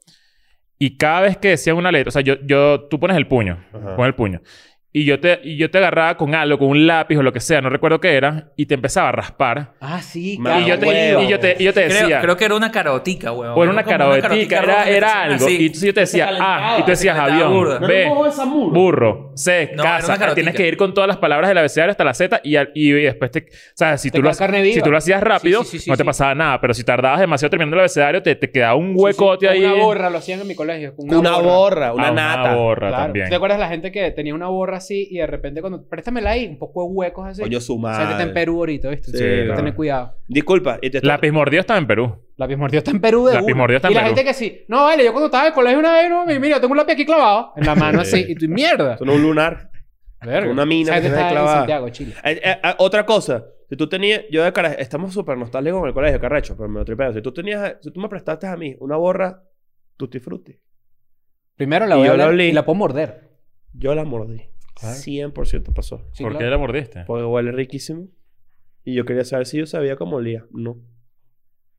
y cada vez que decías una letra, o sea, yo, yo, tú pones el puño, Ajá. pon el puño. Y yo, te, y yo te agarraba con algo, con un lápiz o lo que sea, no recuerdo qué era, y te empezaba a raspar. Ah, sí, Ma- claro. y, yo huevo. te, y, yo te, y yo te decía... Creo, creo que era una carotica, weón. O era una Como carotica carabetica, roja era, que era hacían algo. así. Y entonces yo te decía Se ah, calentaba, y tú decías se calentaba avión, burda. No B, me cojo esa muro. burro, C, No, era una casa. Ah, carotica. Tienes que ir con todas las palabras del abecedario hasta la Z y, al- y, y después te... O sea, si, Te tú lo, queda carne viva. si tú lo hacías rápido, Sí, sí, sí, sí, no te sí. pasaba nada. Pero si tardabas demasiado terminando el abecedario, te, te quedaba un Sí, sí, huecote con ahí. Una borra, lo hacían en mi colegio. con Una, borra, Ah, una nata. Una borra Claro. también. ¿Te acuerdas la gente que tenía una borra así y de repente cuando préstamela ahí, un poco de huecos así? Coño, O su sea, que está madre. en Perú ahorita, ¿viste? Oh, Sí, Hay que claro. tener cuidado. Disculpa. y te- Lápiz mordido estaba en Perú. Lápiz mordido está en Perú de Lápiz una. mordido está en Y la Perú. gente que sí. No, vale, yo cuando estaba en el colegio una vez, no, mi- mira, yo tengo un lápiz aquí clavado en la mano así. Y tú, mierda. Son un lunar. Verga. una mina Esa que gente tenés está clavada. en Santiago, Chile. Eh, eh, ah, otra cosa. Si tú tenías... Yo de cara... Estamos súper nostálgicos con el colegio, carrecho. Pero me lo tripeo. Si tú tenías... Si tú me prestaste a mí una borra tutti frutti. Primero la Y voy a yo la hablar olí. y la puedo morder. Yo la mordí. 100% pasó. Sí, ¿Por claro. qué la mordiste? Porque huele riquísimo. Y yo quería saber si yo sabía cómo olía. No.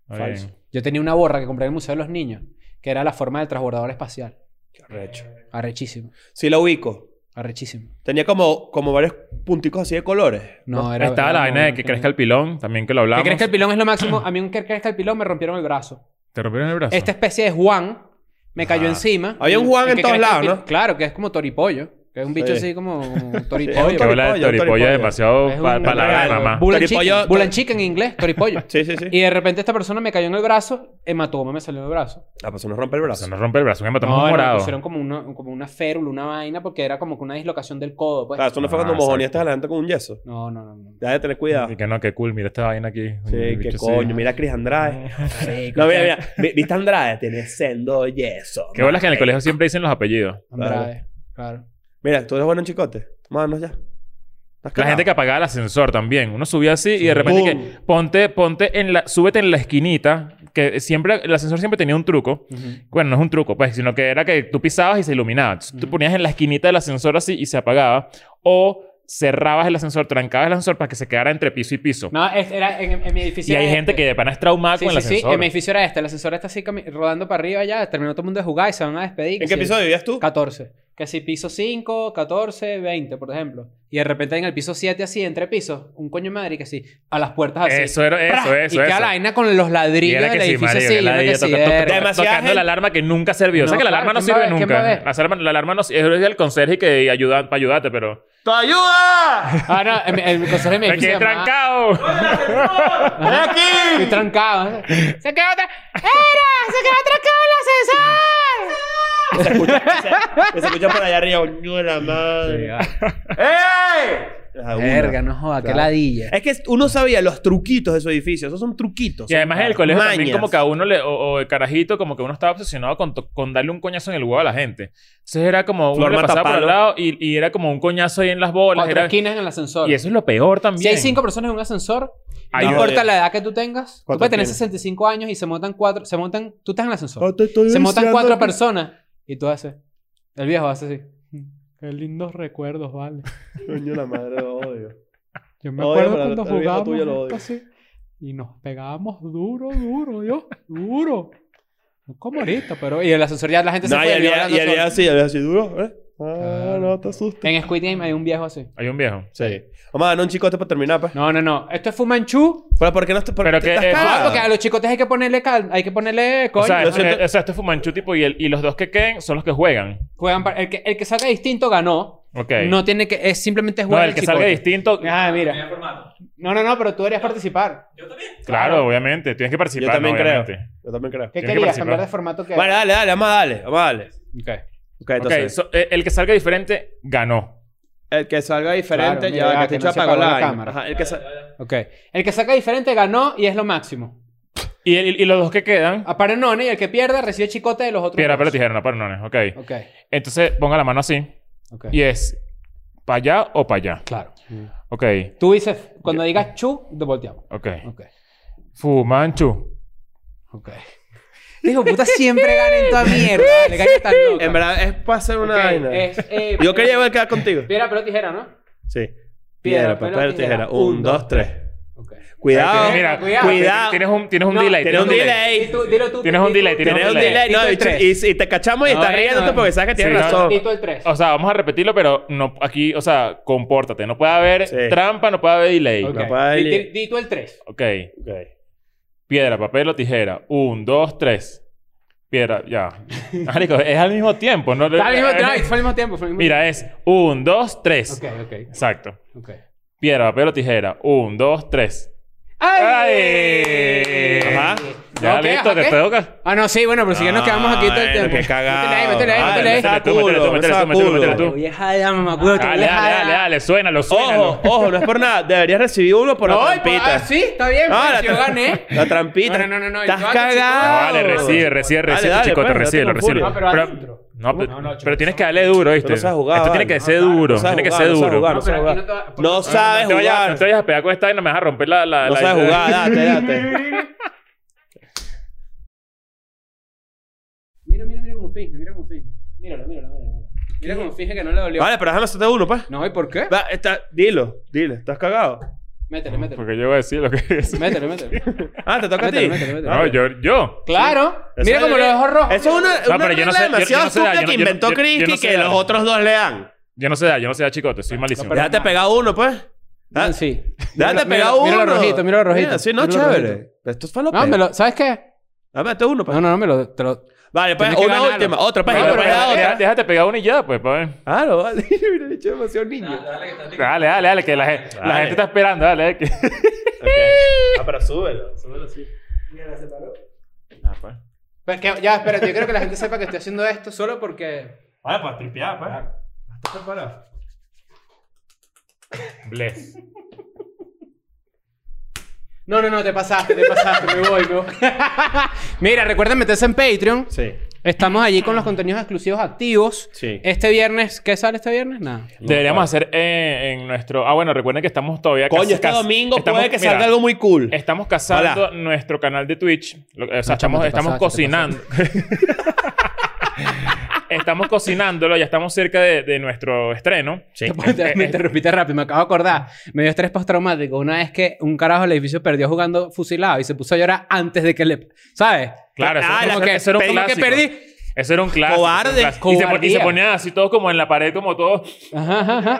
Está Falso. bien. Yo tenía una borra que compré en el Museo de los Niños, que era la forma del transbordador espacial. Carrecho. Arrechísimo. Sí la ubico. Arrechísimo. Tenía como, como varios punticos así de colores. No, era. Estaba era la vaina una de que vaina crezca el pilón, también que lo Que hablamos. crezca el pilón es lo máximo. A mí un que crezca el pilón me rompieron el Este brazo. ¿Te rompieron el brazo? Esta especie de Juan me cayó Ajá. encima. Había un Y- Juan y en que todos crezca el lados, pil- ¿no? Claro, que es como toripollo. Que es un bicho Sí. así como, como es un toripollo. Que bola de Toripollo, toripollo toripollo. es demasiado Es un pa- palabra de regalo. mamá. Bull and Toripollo- chicken. Bull and chicken en inglés, toripollo. Sí, sí, sí. y de repente esta persona me cayó en el brazo, hematoma me salió en el brazo. Ah, pues nos rompe el O sea, brazo. nos rompe el brazo, un hematoma No, no, me morado. pusieron como una, como una férula, una vaina, porque era como que una dislocación del codo. Pues. Claro, eso no fue Ah, cuando exacto. mojoneaste a la gente con un yeso. No, no, no. no. Ya de tener cuidado. Y que no, que cool, mira esta vaina aquí. Sí, Ah. El qué bicho así. coño. Mira a Cris Andrade. No, mira, mira. Vi- ¿Viste a Andrade? Tiene sendo yeso. Qué bolas que en el colegio siempre dicen los apellidos. Andrade, claro. Mira, tú eres bueno en chicote. Manos ya. La gente que apagaba el ascensor también. Uno subía así y de repente Boom. que ponte, ponte en la, súbete en la esquinita. Que siempre, el ascensor siempre tenía un truco. Ujú. Bueno, no es un truco, pues, sino que era que tú pisabas y se iluminaba. Entonces, Tú Ujú. ponías en la esquinita del ascensor así y se apagaba. O cerrabas el ascensor, trancabas el ascensor para que se quedara entre piso y piso. No, es- era en, en mi y edificio. hay era gente este. que de pana es traumada Sí, Ah, con sí, el sí. ascensor. En mi edificio era este. El ascensor está así cami- rodando para arriba ya. Terminó todo el mundo de jugar y se van a despedir. ¿En que qué si- episodio vivías tú? 14. Que si piso 5, 14, 20, por ejemplo. Y de repente en el piso 7, así, entre pisos, un coño de madre que sí, a las puertas así. Eso era, eso, ¡Pra! eso, Y que eso. a la vaina con los Y ladrillos era del que sí, edificio así. marico, que y uno la que idea sí, toca- toca- verga. Demasiada tocando la gente. alarma que nunca sirvió. o sea No, que la claro, alarma no ¿quién va sirve a ver? ¿Quién va a nunca. ver? La alarma, la alarma no es el conserje y que ayuda para ayudarte, pero. ¡Te ayuda! Ah, no, en mi- en mi consejo de mi ¡Me edificio quedé se llamaba- trancado! ¡Ven Estoy aquí! trancado. ¿no? ¡Se quedó tra- ¡Era! ¡Se quedó trancado el ascensor! Se escucha, se, se escucha por allá arriba. ¡Coño de la madre! ¡Ey! Ah, una. Verga, no joda, qué Claro. ladilla. Es que uno sabía los truquitos de esos edificios. Esos son truquitos. Y además en el colegio también Mañas. como que a uno le... O, o el carajito como que uno estaba obsesionado con, to- con darle un coñazo en el huevo a la gente. Entonces era como... Uno Flor le pasaba por Matapalo. al lado y, y era como un coñazo ahí en las bolas. Cuatro era- esquinas en el ascensor. y eso es lo peor también. Si hay cinco personas en un ascensor, Ahí no jode. importa la edad que tú tengas, tú ¿Cuántos puedes tener tienes? 65 años y se montan cuatro, se montan, tú estás en el ascensor, Oh, te estoy se montan deseando cuatro que- personas y tú haces, el viejo hace así. Qué lindos recuerdos, vale. Coño de la madre, lo odio. Yo me Odio, acuerdo pero cuando el viejo jugábamos tuyo lo esto odio. y nos pegábamos duro, duro, Dios, duro. Como ahorita, pero... Y el ascensor ya la gente se No, y fue. el vio día, hablando y el día solo. así, el día así duro, ¿eh? Ah, Claro. no te asustes. En Squid Game hay un viejo así. Hay un viejo. Sí. Vamos a dar un chicote para terminar, pues. No, no, no. Esto es Fumanchu. Pero ¿por qué no te, por, Pero te que- estás eh, Ah, cagado? porque a los chicotes hay que ponerle cal... Hay que ponerle... Coño. o, sea, yo esto- siento- eh, o sea, esto es Fumanchu tipo y, el- y los dos que queden son los que juegan. Juegan para- el, que, el que salga distinto ganó. Ok. No tiene que. Es simplemente No, jugar. el que salga distinto... Ah, Tenía mira. formato. No, no, no, pero tú deberías participar. Yo también. Claro, obviamente. Tienes que participar. Yo también ¿no? creo. Obviamente. Yo también creo. ¿Qué Tienes que querías? participar. cambiar de formato que. Vale, dale, dale, vamos a darle, vamos a darle. Ok. Ok, entonces. ok, so, eh, el que salga diferente ganó. El que salga diferente, Claro, ya, ya, que que no este hecho se apagó apagó la la vaina. cámara. Ajá, el que sa- Ok. El que saca diferente ganó y es lo máximo. Y, el- y los dos que quedan, A Paranone y el que pierda recibe chicote de los otros. piedra, dos. papel o tijera, no, pero no, no, ok. Ok. Entonces ponga la mano así Ok. y es para allá o para allá. Claro. Ok, Tú dices, cuando digas chu, te volteamos. ok. Ok. Fumanchu. Ok. Dijo, puta, siempre gana en toda mierda. Le cae tan loca. En verdad, es para hacer una Ok, vaina. es, eh, Yo quería volver a quedar contigo. Piedra, pero tijera, ¿no? Sí. Piedra, Piedra, papel, papel, tijera. tijera. Un, Un, dos, tres. Ok. Cuidado. eh. Mira, Ah, cuidado. cuidado. Tienes un, tienes un No, delay. Tienes un delay. Y tú, dilo tú. Tienes un di tú- delay, tienes Tienes un Tienes delay. Dito No, el y, tres. y- y te cachamos y No, estás no, riéndote no. porque sabes que Sí, tienes no, razón. Dito el 3. O sea, vamos a repetirlo, pero no, aquí, o sea, compórtate. No puede haber Sí. trampa, no puede haber delay. Ok. papá, Di- el- di- di tú el 3. Ok. Piedra, papel o tijera. Un, dos, tres. Piedra, ya. Marico, es al mismo tiempo, Ah, ¿no? Al mismo tiempo, fue al mismo tiempo. fue al mismo Mira, es un, dos, tres. tiempo. Ok, ok. Exacto. Ok. Piedra, papel o tijera. Un, dos, tres. ¡Ay! Ajá. Ya Ok, listo, ajá, te ¿qué? toca. Ah, no, sí, bueno, pero si ya nos quedamos aquí todo el Ay, tiempo. qué Ah, cagado. Métele ahí, métele ahí, Ay, métele ahí. me saca Métele tú, métele tú, métele tú, métele tú, métele tú. Vieja ya, mamacudo. Dale, dale, dale, dale, suénalo, suénalo. Ojo, ojo, no es por nada. Deberías recibir uno por la No, trampita. ah, sí, está bien, No, pues, la si yo tra- gané. La trampita. No, no, no, no, Estás yo hago No, cagado. Ah, Vale, recibe, recibe, Dale, recibe, dale, chicote, pues, Ah, recibe, no te recibe. confundas. No, pero adentro. No, pe- No, no, chico, pero tienes que darle duro, ¿viste? no sabes jugar, Esto tiene vale. que ser duro, No sabes tiene que jugar, ser no sabes duro. jugar, No no sabes pero aquí Ah, jugar. no te va- No te sabes vayas- no te jugar. vayas a pegar con esta y no me vas a romper la... la- No la- sabes jugar, date, date. Mira, mira, mira cómo finge, mira cómo finge. Míralo, míralo, míralo. Mira cómo finge que no le dolió. Vale, pero déjame hacerte uno, pues. No, ¿y por qué? Va, está- dilo, dilo. ¿Estás cagado? Métele, métele. Porque yo voy a decir lo que es. Métele, métele. Ah, te toca a ti. Métele, métele, métele. No, yo... yo. Claro. Eso Mira es- cómo lo dejó rojo. Eso es una, No, una pero yo no regla sé- yo- yo demasiado no sé dar, estúpida yo que no- yo- inventó yo- yo Cristi no sé que dar. los otros dos le dan. Yo no sé dar, yo no sé dar chicote, soy malísimo. pero- Déjate pegar uno, pues. Da- Ah, Sí. Déjate Míralo, pegar míralo, uno. Míralo rojito, míralo rojito. Mira, sí, no, Míralo chévere. rojito. Esto fue lo No, peor. me lo, ¿sabes qué? Dame este uno, pues. No, no, no, me lo, te lo... Vale, pues, Tienes que una ganarlo. última. Otra, pues. Pero otra, pues, pues, déjate, otra. déjate- déjate pegar uno y ya, pues, para ver. Claro, vale. Mira, le eché demasiado niño. Ah, Dale, que está rico. Dale, dale, dale, que la, gente- la Dale. gente está esperando, dale. que- Ah, pero súbelo. Súbelo, sí. Mira, la separó. Ah, pues. Pues que, ya, espérate, yo creo que la gente sepa que estoy haciendo esto solo porque... Vale, pues, tripear, pues. Estás separado. Bless. No, no, no, te pasaste, te pasaste, me voy, ¿no? Mira, recuerden meterse en Patreon. Sí. Estamos allí con los contenidos exclusivos activos. Sí. Este viernes, ¿qué sale este viernes? Nada. Deberíamos hacer eh, en nuestro... Ah, bueno, recuerden que estamos todavía... Coño, casi- este casi- domingo estamos- puede que mira, salga algo muy cool. Estamos casando nuestro canal de Twitch. Lo- O sea, chamo, estamos, te pasaste, estamos te cocinando. estamos cocinándolo, ya estamos cerca de, de nuestro estreno. Sí. eh, me interrumpiste rápido, me acabo de acordar. Me dio estrés postraumático. Una vez que un carajo del edificio perdió jugando fusilado y se puso a llorar antes de que le. ¿Sabes? Claro, eso, Ah, eso- Como eso, que, era un como que clásico. perdí. Eso era un clásico. Cobarde. eso era un clásico. Y se, pon- y se Cobardía. ponían así todos como en la pared, como todos. Ajá, ajá, ajá.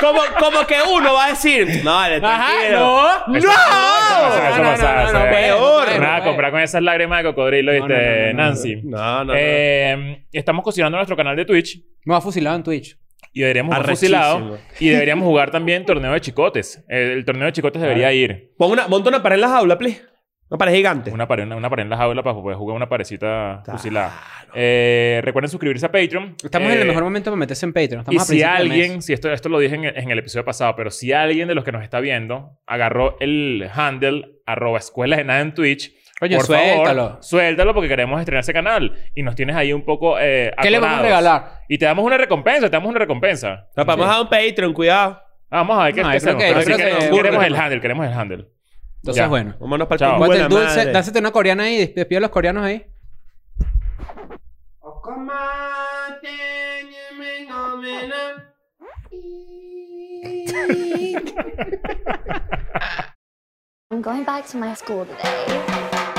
como, como que uno va a decir, no, vale, Ajá, tranquilo. no. Eso- eso- eso No, no, pasaba, no, no, eso era. peor. bueno, Nada, bueno. comprar con esas lágrimas de cocodrilo, No, no, ¿viste, no, no, no, Nancy? No, no, no. Eh, estamos cocinando nuestro canal de Twitch. Me va fusilado en Twitch. Y deberíamos jugar Arrechísimo. fusilado. Y deberíamos jugar también torneo de chicotes. El, el torneo de chicotes debería ir. Pon una, monta una pared en la jaula, please. Una pared gigante. Una pared, una, una pared en la jaula para poder jugar una parecita Claro. fusilada. Eh, recuerden suscribirse a Patreon. Estamos en Eh, el mejor momento para meterse en Patreon. Estamos Y a si principio de mes. alguien, si esto, esto lo dije en, en el episodio pasado, pero si alguien de los que nos está viendo agarró el handle arroba escuela de nada en Twitch, Coño, por suéltalo. favor, suéltalo porque queremos estrenar ese canal y nos tienes ahí un poco eh, ¿Qué le vamos a atorados. regalar? Y te damos una recompensa, te damos una recompensa. Ah, La vamos a dar un Patreon, cuidado. Vamos a ver qué No, yo creo hacemos. que- Pero yo sí creo que- queremos- yo creo queremos que- el handle, queremos el handle. Entonces, Ya. bueno. Vámonos para Chao. el Ponte culo, el dulce, lánzate una coreana ahí, des- despide a los coreanos ahí. I'm going back to my school today.